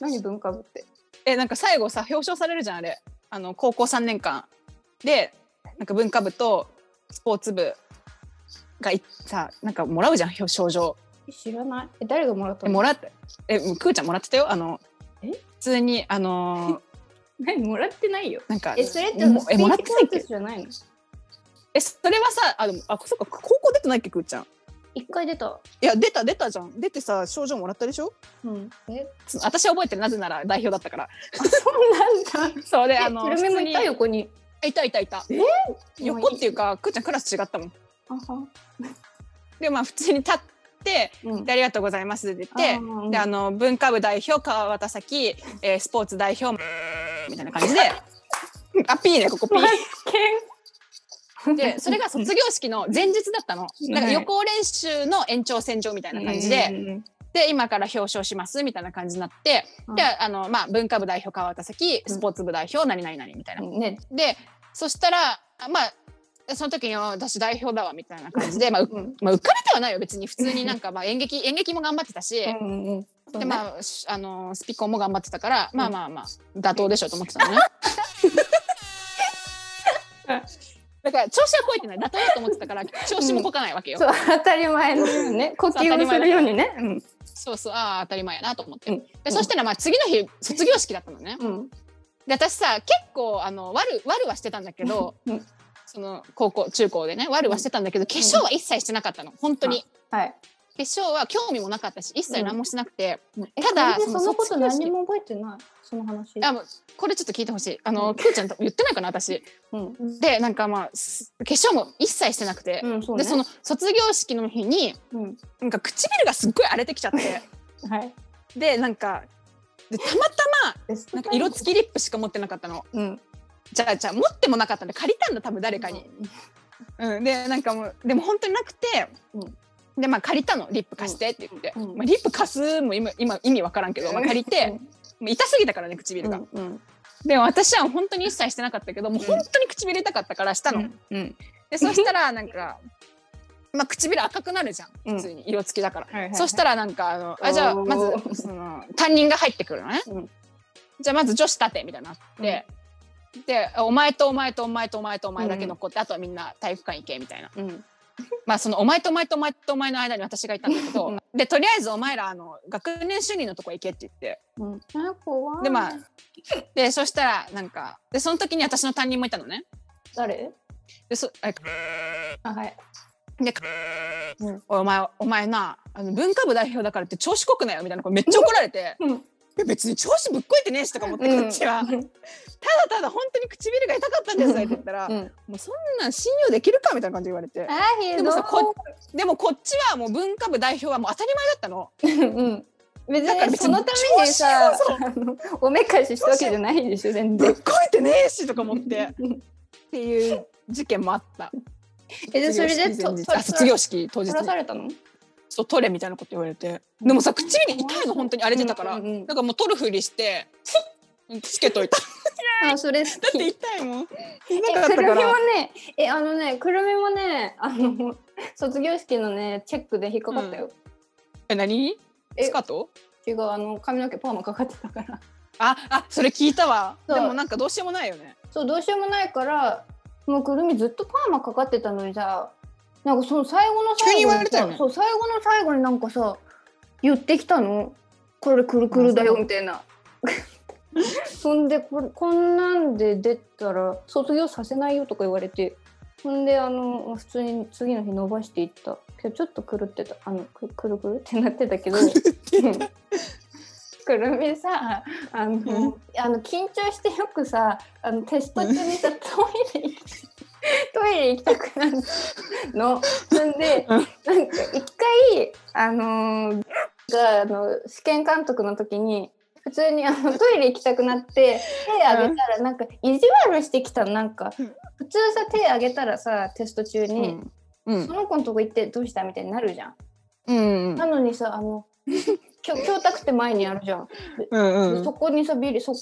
Speaker 1: 何文化部って。
Speaker 2: えなんか最後さ表彰されるじゃんあれあの高校3年間でなんか文化部とスポーツ部がいさなんかもらうじゃん表彰状
Speaker 1: 知らない。え誰がもらった
Speaker 2: え
Speaker 1: の？
Speaker 2: もらってえもうくーちゃんもらってたよあの
Speaker 1: え
Speaker 2: 普通にあのー
Speaker 1: 何もらってないよ。
Speaker 2: なんか
Speaker 1: えそれって
Speaker 2: もえもらって
Speaker 1: スピーチコ
Speaker 2: ないっ
Speaker 1: ンテ
Speaker 2: け
Speaker 1: ストじゃないの？
Speaker 2: えそれはさあでもあそっか高校出てないっけくーちゃん
Speaker 1: 一回出た。
Speaker 2: いや出た出たじゃん出てさ賞状もらったでしょ
Speaker 1: うん。え
Speaker 2: つ私は覚えてるなぜなら代表だったから
Speaker 1: そうなんだ。
Speaker 2: そうで
Speaker 1: え
Speaker 2: あの
Speaker 1: くるみもいた横に。
Speaker 2: 普通にいたいたいた
Speaker 1: え
Speaker 2: 横っていうかくーちゃんクラス違ったもん
Speaker 1: あは。
Speaker 2: でまあ普通に立って
Speaker 1: うん
Speaker 2: でありがとうございますって言って、
Speaker 1: うん
Speaker 2: であの文化部代表川端咲、えースポーツ代表みたいな感じであピーねここピーでそれが卒業式の前日だったのだから予行練習の延長線上みたいな感じで、
Speaker 1: うんうんうん
Speaker 2: で今から表彰しますみたいな感じになって、
Speaker 1: うん
Speaker 2: であの、まあ、文化部代表川端咲スポーツ部代表何々々みたいな。
Speaker 1: うんね、
Speaker 2: でそしたらあまあその時にあ私代表だわみたいな感じ で、まあうまあ、浮かれてはないよ別に普通になんか、まあ、演劇演劇も頑張ってたし、
Speaker 1: うんうんうんそう
Speaker 2: で
Speaker 1: ね
Speaker 2: まあ、しあのスピコンも頑張ってたから、まあまあまあ妥当でしょうと思っ てたのね。だから調子はこいてない妥当だと思ってたから調子もこかないわけ よ。
Speaker 1: そう当たり前のように ね、呼吸をするようにね、うん
Speaker 2: そうそうああ当たり前やなと思って。
Speaker 1: うん
Speaker 2: でそしたらまあ次の日卒業式だったのね。
Speaker 1: うん、
Speaker 2: で私さ結構あの悪悪はしてたんだけど、
Speaker 1: うん
Speaker 2: その高校中高でね悪はしてたんだけど化粧は一切してなかったの本当に。
Speaker 1: はい。
Speaker 2: 化粧は興味もなかったし一切何もしてなくて、
Speaker 1: え
Speaker 2: ただ
Speaker 1: それで
Speaker 2: その
Speaker 1: そのこと
Speaker 2: 卒業式
Speaker 1: 何も覚えてない、その話。
Speaker 2: あもうこれちょっと聞いてほしいあの、
Speaker 1: うん
Speaker 2: くーちゃんと言ってないかな私
Speaker 1: うん、
Speaker 2: でなんかまあす化粧も一切してなくて、
Speaker 1: うん、そう
Speaker 2: で
Speaker 1: ね。
Speaker 2: その卒業式の日に
Speaker 1: うん、
Speaker 2: なんか唇がすっごい荒れてきちゃって
Speaker 1: はい。
Speaker 2: でなんかでたまたまなんか色付きリップしか持ってなかったの
Speaker 1: うん、
Speaker 2: じゃあじゃあ持ってもなかったんで借りたんだ多分誰かに、うん、でなんかもうでも本当になくて、でまあ借りたのリップ貸してって言って、
Speaker 1: うん
Speaker 2: まあ、リップ貸すも今今意味わからんけど、まあ、借りて、
Speaker 1: うん
Speaker 2: もう痛すぎたからね唇
Speaker 1: うん、
Speaker 2: が、
Speaker 1: うん、
Speaker 2: でも私は本当に一切してなかったけどもう本当に唇痛かったからしたの、
Speaker 1: うん、
Speaker 2: でそしたらなんかまあ唇赤くなるじゃん
Speaker 1: うん
Speaker 2: 普通に色付きだから、
Speaker 1: はいはい
Speaker 2: そしたらなんかあのあじゃあ
Speaker 1: おー
Speaker 2: まずその担任が入ってくるのね、
Speaker 1: うん
Speaker 2: じゃあまず女子立てみたいになって、でお前とお前とお前とお前とお前だけ残って、あとはみんな体育館行けみたいな
Speaker 1: うん、
Speaker 2: まあそのお前とお前とお前とお前の間に私がいたんだけど、
Speaker 1: うん
Speaker 2: でとりあえずお前らあの学年主任のとこ行けって言って
Speaker 1: うん、あ、怖い。
Speaker 2: でまあでそしたらなんかでその時に私の担任もいたのね
Speaker 1: 誰？
Speaker 2: でそあ
Speaker 1: あ、はい。
Speaker 2: で、
Speaker 1: うん
Speaker 2: おいお前お前なあの文化部代表だからって調子こくなよみたいなこれめっちゃ怒られて
Speaker 1: うん
Speaker 2: いや別に調子ぶっこいてねえしとか思ってこっちは、
Speaker 1: う
Speaker 2: ただ
Speaker 1: ん
Speaker 2: ただ本当に唇が痛かったんですって言ったら、
Speaker 1: う
Speaker 2: も
Speaker 1: ん、
Speaker 2: うそんなん信用できるかみたいな感じで言われて
Speaker 1: あ、ひどい。
Speaker 2: でもさこでもこっちはもう文化部代表はもう当たり前だったの
Speaker 1: うん、別
Speaker 2: だから
Speaker 1: に
Speaker 2: 別
Speaker 1: そ
Speaker 2: に
Speaker 1: のためにさ
Speaker 2: 調子
Speaker 1: あのおめかししたわけじゃないでしょ全
Speaker 2: ぶっ
Speaker 1: 然。
Speaker 2: こいてねえしとか思ってっていう事件もあった。
Speaker 1: えでそれで
Speaker 2: 卒業式前日
Speaker 1: と
Speaker 2: あ卒業式当日に
Speaker 1: 殺されたの
Speaker 2: そう取れみたいなこと言われてでもさ唇痛いの本当に荒れてたから、
Speaker 1: うんうんうん
Speaker 2: なんかもう取るふりしてつけといただ
Speaker 1: あそれ好
Speaker 2: っ
Speaker 1: き
Speaker 2: て痛いもん
Speaker 1: え
Speaker 2: 痛かっ
Speaker 1: く
Speaker 2: たか
Speaker 1: るみも
Speaker 2: ら
Speaker 1: ねえあのねくるみもねあの卒業式のねチェックで引っかかったよ、
Speaker 2: え何
Speaker 1: え
Speaker 2: スカート
Speaker 1: 違うあの髪の毛パーマかかってたから
Speaker 2: ああそれ聞いたわ
Speaker 1: そう
Speaker 2: でもなんかどうしようもないよね
Speaker 1: そうどうしようもないからもうくるみずっとパーマかかってたのにさなんかその最後の
Speaker 2: 急
Speaker 1: 最
Speaker 2: に言
Speaker 1: 後
Speaker 2: われ
Speaker 1: に
Speaker 2: たよ
Speaker 1: さ、
Speaker 2: ね
Speaker 1: そう最後の最後になんかさ言ってきたのこれくるくるだよ
Speaker 2: あそう
Speaker 1: みたいな そんでこれこんなんで出たら卒業させないよとか言われてほんであの普通に次の日伸ばしていったけどちょっと狂ってたあのくくるく るってなってたけど くるみさあの、
Speaker 2: うん
Speaker 1: あの緊張してよくさあのテスト中にさトイレ行き トイレ行きたくなるの。なんで
Speaker 2: う
Speaker 1: なん
Speaker 2: ん
Speaker 1: か一回あのーがあの試験監督の時に普通にあのトイレ行きたくなって手あげたらなんか意地悪してきたのなんか
Speaker 2: うん
Speaker 1: 普通さ手あげたらさテスト中
Speaker 2: う
Speaker 1: に、
Speaker 2: う
Speaker 1: そ
Speaker 2: ん
Speaker 1: の子のとこ行ってどうしたみたいになるじゃん。
Speaker 2: うん
Speaker 1: なのにさあの教 教託って前にあるじゃん。
Speaker 2: うんうん
Speaker 1: そこにさビリそ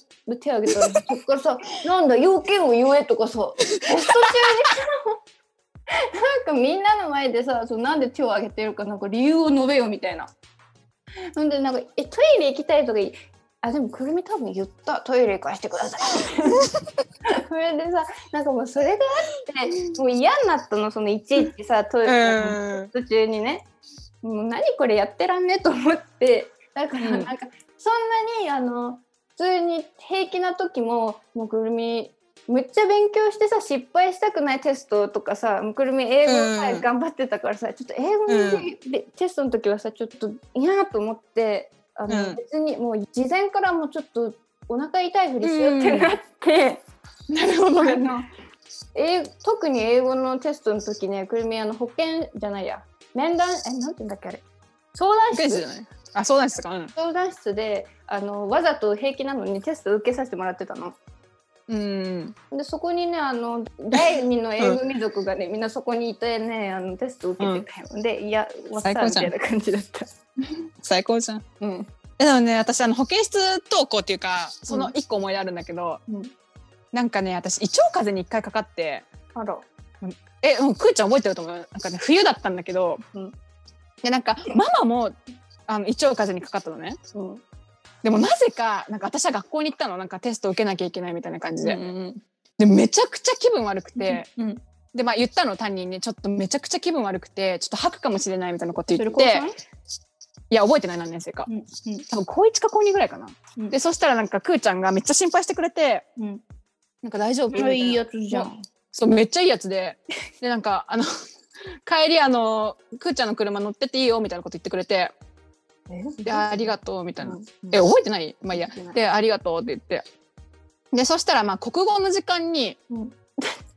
Speaker 1: 手あげたらそっからさ「なんだ要件を言え」とかさテスト中にさなんかみんなの前でさそうなんで手を挙げてるかなんか理由を述べよみたいな。ほんでなんか「えトイレ行きたい」とかいあでもくるみ多分言ったトイレ行かしてくださ い。それでさなんかもうそれがあってもう嫌になったのそのいちいちさトイレ。
Speaker 2: うん
Speaker 1: 途中にねもう何これやってらんねと思ってだから
Speaker 2: う
Speaker 1: なんんかそんなにあの普通に平気な時ももうくるみむっちゃ勉強してさ失敗したくないテストとかさもうくるみ英語さ
Speaker 2: うん
Speaker 1: 頑張ってたからさ、ちょっと英語のねでテストの時はさちょっと嫌なと思ってあの、
Speaker 2: うん
Speaker 1: 別にもう事前からもうちょっとお腹痛いふりしようってなって。
Speaker 2: なるほど
Speaker 1: あ
Speaker 2: ね
Speaker 1: の英特に英語のテストの時ねクルミあの保険じゃないや面談えなんて言うんだっけあれ相談
Speaker 2: ページじゃ
Speaker 1: 室
Speaker 2: ないあそうなんですかうん
Speaker 1: 相談室であのわざと平気なのにテスト受けさせてもらってたの。
Speaker 2: うん
Speaker 1: でそこにねあの第二の英語民族がね、みんなそこにいてねあのテスト受けてたよ、でいや終わった
Speaker 2: 最
Speaker 1: み
Speaker 2: 高じ
Speaker 1: た
Speaker 2: ゃん
Speaker 1: いな感じだった。
Speaker 2: 最高じゃん
Speaker 1: うん
Speaker 2: えでもね私あの保健室登校っていうかその一個思い出あるんだけど、
Speaker 1: うん
Speaker 2: なんかね私胃腸風邪に一回かかって
Speaker 1: あら
Speaker 2: えうんくーちゃん覚えてると思うよなんかね冬だったんだけど、
Speaker 1: うん
Speaker 2: でなんかママもあの胃腸風邪にかかったのね
Speaker 1: うん
Speaker 2: でもなぜかなんか私は学校に行ったのなんかテスト受けなきゃいけないみたいな感じで、
Speaker 1: うん
Speaker 2: でめちゃくちゃ気分悪くて、
Speaker 1: うん
Speaker 2: でまあ言ったの担任にちょっとめちゃくちゃ気分悪くてちょっと吐くかもしれないみたいなこと
Speaker 1: そ
Speaker 2: 言
Speaker 1: れ
Speaker 2: っ
Speaker 1: 高
Speaker 2: て
Speaker 1: 三
Speaker 2: いや覚えてない何年生か
Speaker 1: うん
Speaker 2: 多分高1か高2ぐらいかな、
Speaker 1: うん
Speaker 2: でそしたらなんかくーちゃんがめっちゃ心配してくれて
Speaker 1: うん
Speaker 2: なんか大丈夫み
Speaker 1: う
Speaker 2: た
Speaker 1: ん
Speaker 2: いない
Speaker 1: いやつじゃん。
Speaker 2: そうめっちゃいいやつででなんかあの 帰りあのくーちゃんの車乗ってっていいよみたいなこと言ってくれて「でありがとう」みたいな「え覚えてない?」まあいいや
Speaker 1: 覚えてな
Speaker 2: 「
Speaker 1: い
Speaker 2: でありがとう」って言ってでそしたらまあ国語の時間に、
Speaker 1: うん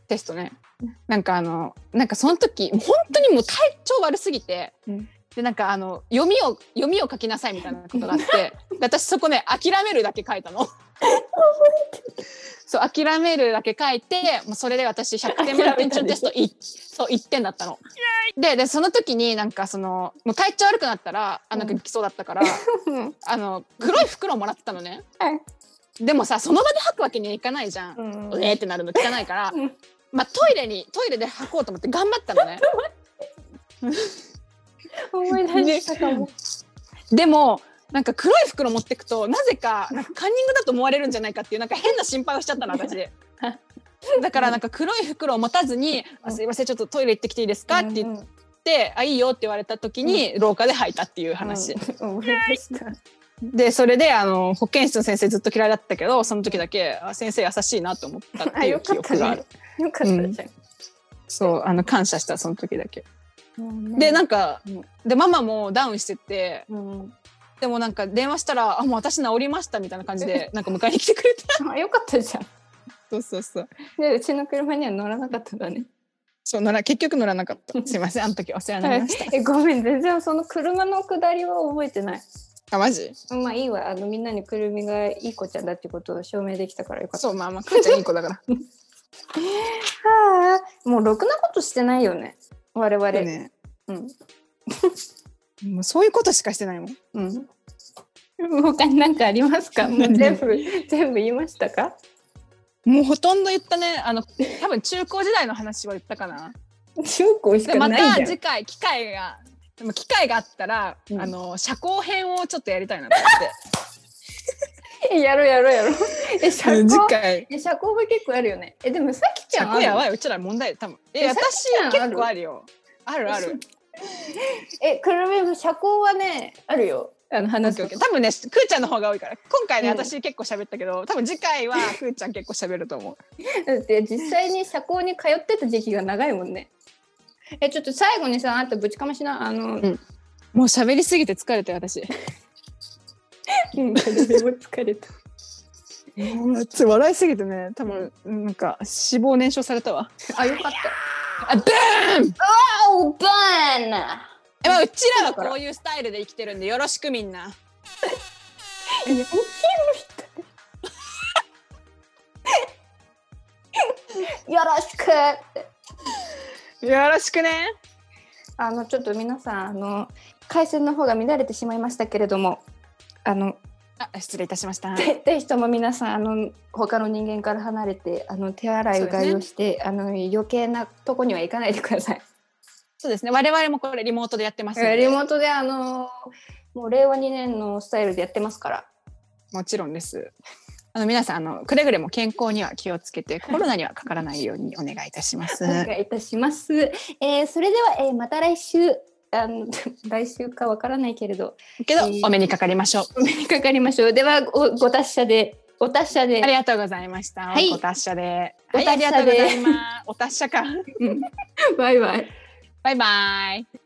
Speaker 2: テストねなんかあのなんかその時もう本当にもう体調悪すぎて、
Speaker 1: うん
Speaker 2: でなんかあの読みを読みを書きなさいみたいなことがあって で私そこね諦めるだけ書いたの。そう諦めるだけ書いてもうそれで私100点満点中のテストいそう1点だったの。ででその時になんかそのもう体調悪くなったらあの
Speaker 1: うん
Speaker 2: 来そうだったから、
Speaker 1: うん
Speaker 2: あの黒い袋もらってたのね。
Speaker 1: はい
Speaker 2: でもさその場で吐くわけにはいかないじゃん。
Speaker 1: うん
Speaker 2: うえーってなるの聞かないから、
Speaker 1: うん
Speaker 2: まあ、トイレにトイレで吐こうと思って頑張った のね
Speaker 1: 思い出したかも。
Speaker 2: でもなんか黒い袋持ってくとなぜかなんかカンニングだと思われるんじゃないかっていうなんか変な心配をしちゃった の私だからなんか黒い袋を持たずに「あすいませんちょっとトイレ行ってきていいですか?」って言っ
Speaker 1: うん
Speaker 2: て「あいいよ」って言われた時に廊下で吐いたっていう話、
Speaker 1: うん思い出した。
Speaker 2: でそれであの保健室の先生ずっと嫌いだったけどその時だけあ先生優しいなと思ったって
Speaker 1: あ、
Speaker 2: いう
Speaker 1: よか
Speaker 2: 記
Speaker 1: った
Speaker 2: 憶がある
Speaker 1: ね。よかったじゃん。
Speaker 2: そうあの感謝したその時だけ
Speaker 1: うん
Speaker 2: でなんか
Speaker 1: うん
Speaker 2: でママもダウンしてて
Speaker 1: うん
Speaker 2: でもなんか電話したら「あもう私治りました」みたいな感じでなんか迎えに来てくれた
Speaker 1: あ、よかったじゃん。
Speaker 2: そうそうそう
Speaker 1: で、うちの車には乗らなかったんだね。
Speaker 2: そう乗ら結局乗らなかったすいませんあの時お世話になりました
Speaker 1: え、ごめん、全然その車の下りは覚えてない。
Speaker 2: あ、マジ
Speaker 1: まあいいわあのみんなにくるみがいい子ちゃんだってことを証明できたからよかった
Speaker 2: そう、まあまあ、くーちゃんいい子だか
Speaker 1: は
Speaker 2: ら。
Speaker 1: あもうろくなことしてないよね我 々
Speaker 2: そうね。
Speaker 1: うん
Speaker 2: もうそういうことしかしてないもん。
Speaker 1: うん他に何かあります かもう全部全部言いましたか
Speaker 2: もうほとんど言ったね。あの、多分中高時代の話は言ったかな。
Speaker 1: 中高し
Speaker 2: で、
Speaker 1: かな
Speaker 2: ま
Speaker 1: いじゃん
Speaker 2: た次回、機会が、でも機会があったら、
Speaker 1: うん
Speaker 2: あの、社交編をちょっとやりたいなと思って。
Speaker 1: え やろうやろうやろう え社交
Speaker 2: 次回。
Speaker 1: え社交が結構あるよねえでもさきち
Speaker 2: 社
Speaker 1: ゃんある
Speaker 2: 交やばい、うちら問題、多分。え、
Speaker 1: え
Speaker 2: 私
Speaker 1: さっきのある
Speaker 2: 結構あるよ。あるあ る。
Speaker 1: えくるみも社交はねあるよあの
Speaker 2: オッ
Speaker 1: 話
Speaker 2: ケ
Speaker 1: す
Speaker 2: ーオッケー多分ね、くーちゃんの方が多いから、今回ね、
Speaker 1: うん
Speaker 2: 私結構喋ったけど、多分次回 はくーちゃん結構喋ると思う。
Speaker 1: だって実際に社交に通ってた時期が長いもんねえちょっと最後にさあんたぶちかましなあの、
Speaker 2: んもう喋りすぎて疲れたよ、 私。
Speaker 1: うん、でも疲れた
Speaker 2: 笑いすぎてね、多分、なんか、死亡燃焼されたわ。
Speaker 1: あよかった
Speaker 2: あ、ブーン
Speaker 1: あおばーな
Speaker 2: え、まあ、うちらはこういうスタイルで生きてるんで、よろしくみんな。
Speaker 1: よろしくって
Speaker 2: よろしくね。
Speaker 1: あのちょっと皆さんあの回線の方が乱れてしまいましたけれどもあの
Speaker 2: あ、失礼いたしました。
Speaker 1: ぜぜひとも皆さんあの他の人間から離れてあの手洗いうがいをして、あの余計なとこには行かないでください。
Speaker 2: そうですね、我々もこれリモートでやってますので
Speaker 1: リモートであのもう令和2年のスタイルでやってますから。
Speaker 2: もちろんです。あの、皆さん、あの、くれぐれも健康には気をつ けて、コロナにはかからないようにお願いいたしま す。
Speaker 1: お願いいたします。えーそれでは、えーまた来週あの 来週かわからないけれど
Speaker 2: けど、お目にかかりましょ
Speaker 1: お
Speaker 2: う。
Speaker 1: 目にかかりましょう。ではごご達者でご達者で
Speaker 2: ありがとうございました。
Speaker 1: はい
Speaker 2: お達者で。
Speaker 1: お
Speaker 2: はい、あり
Speaker 1: 達
Speaker 2: が
Speaker 1: 者
Speaker 2: とう
Speaker 1: で
Speaker 2: ございます。お達者か。
Speaker 1: バイバイ。
Speaker 2: バイバイ。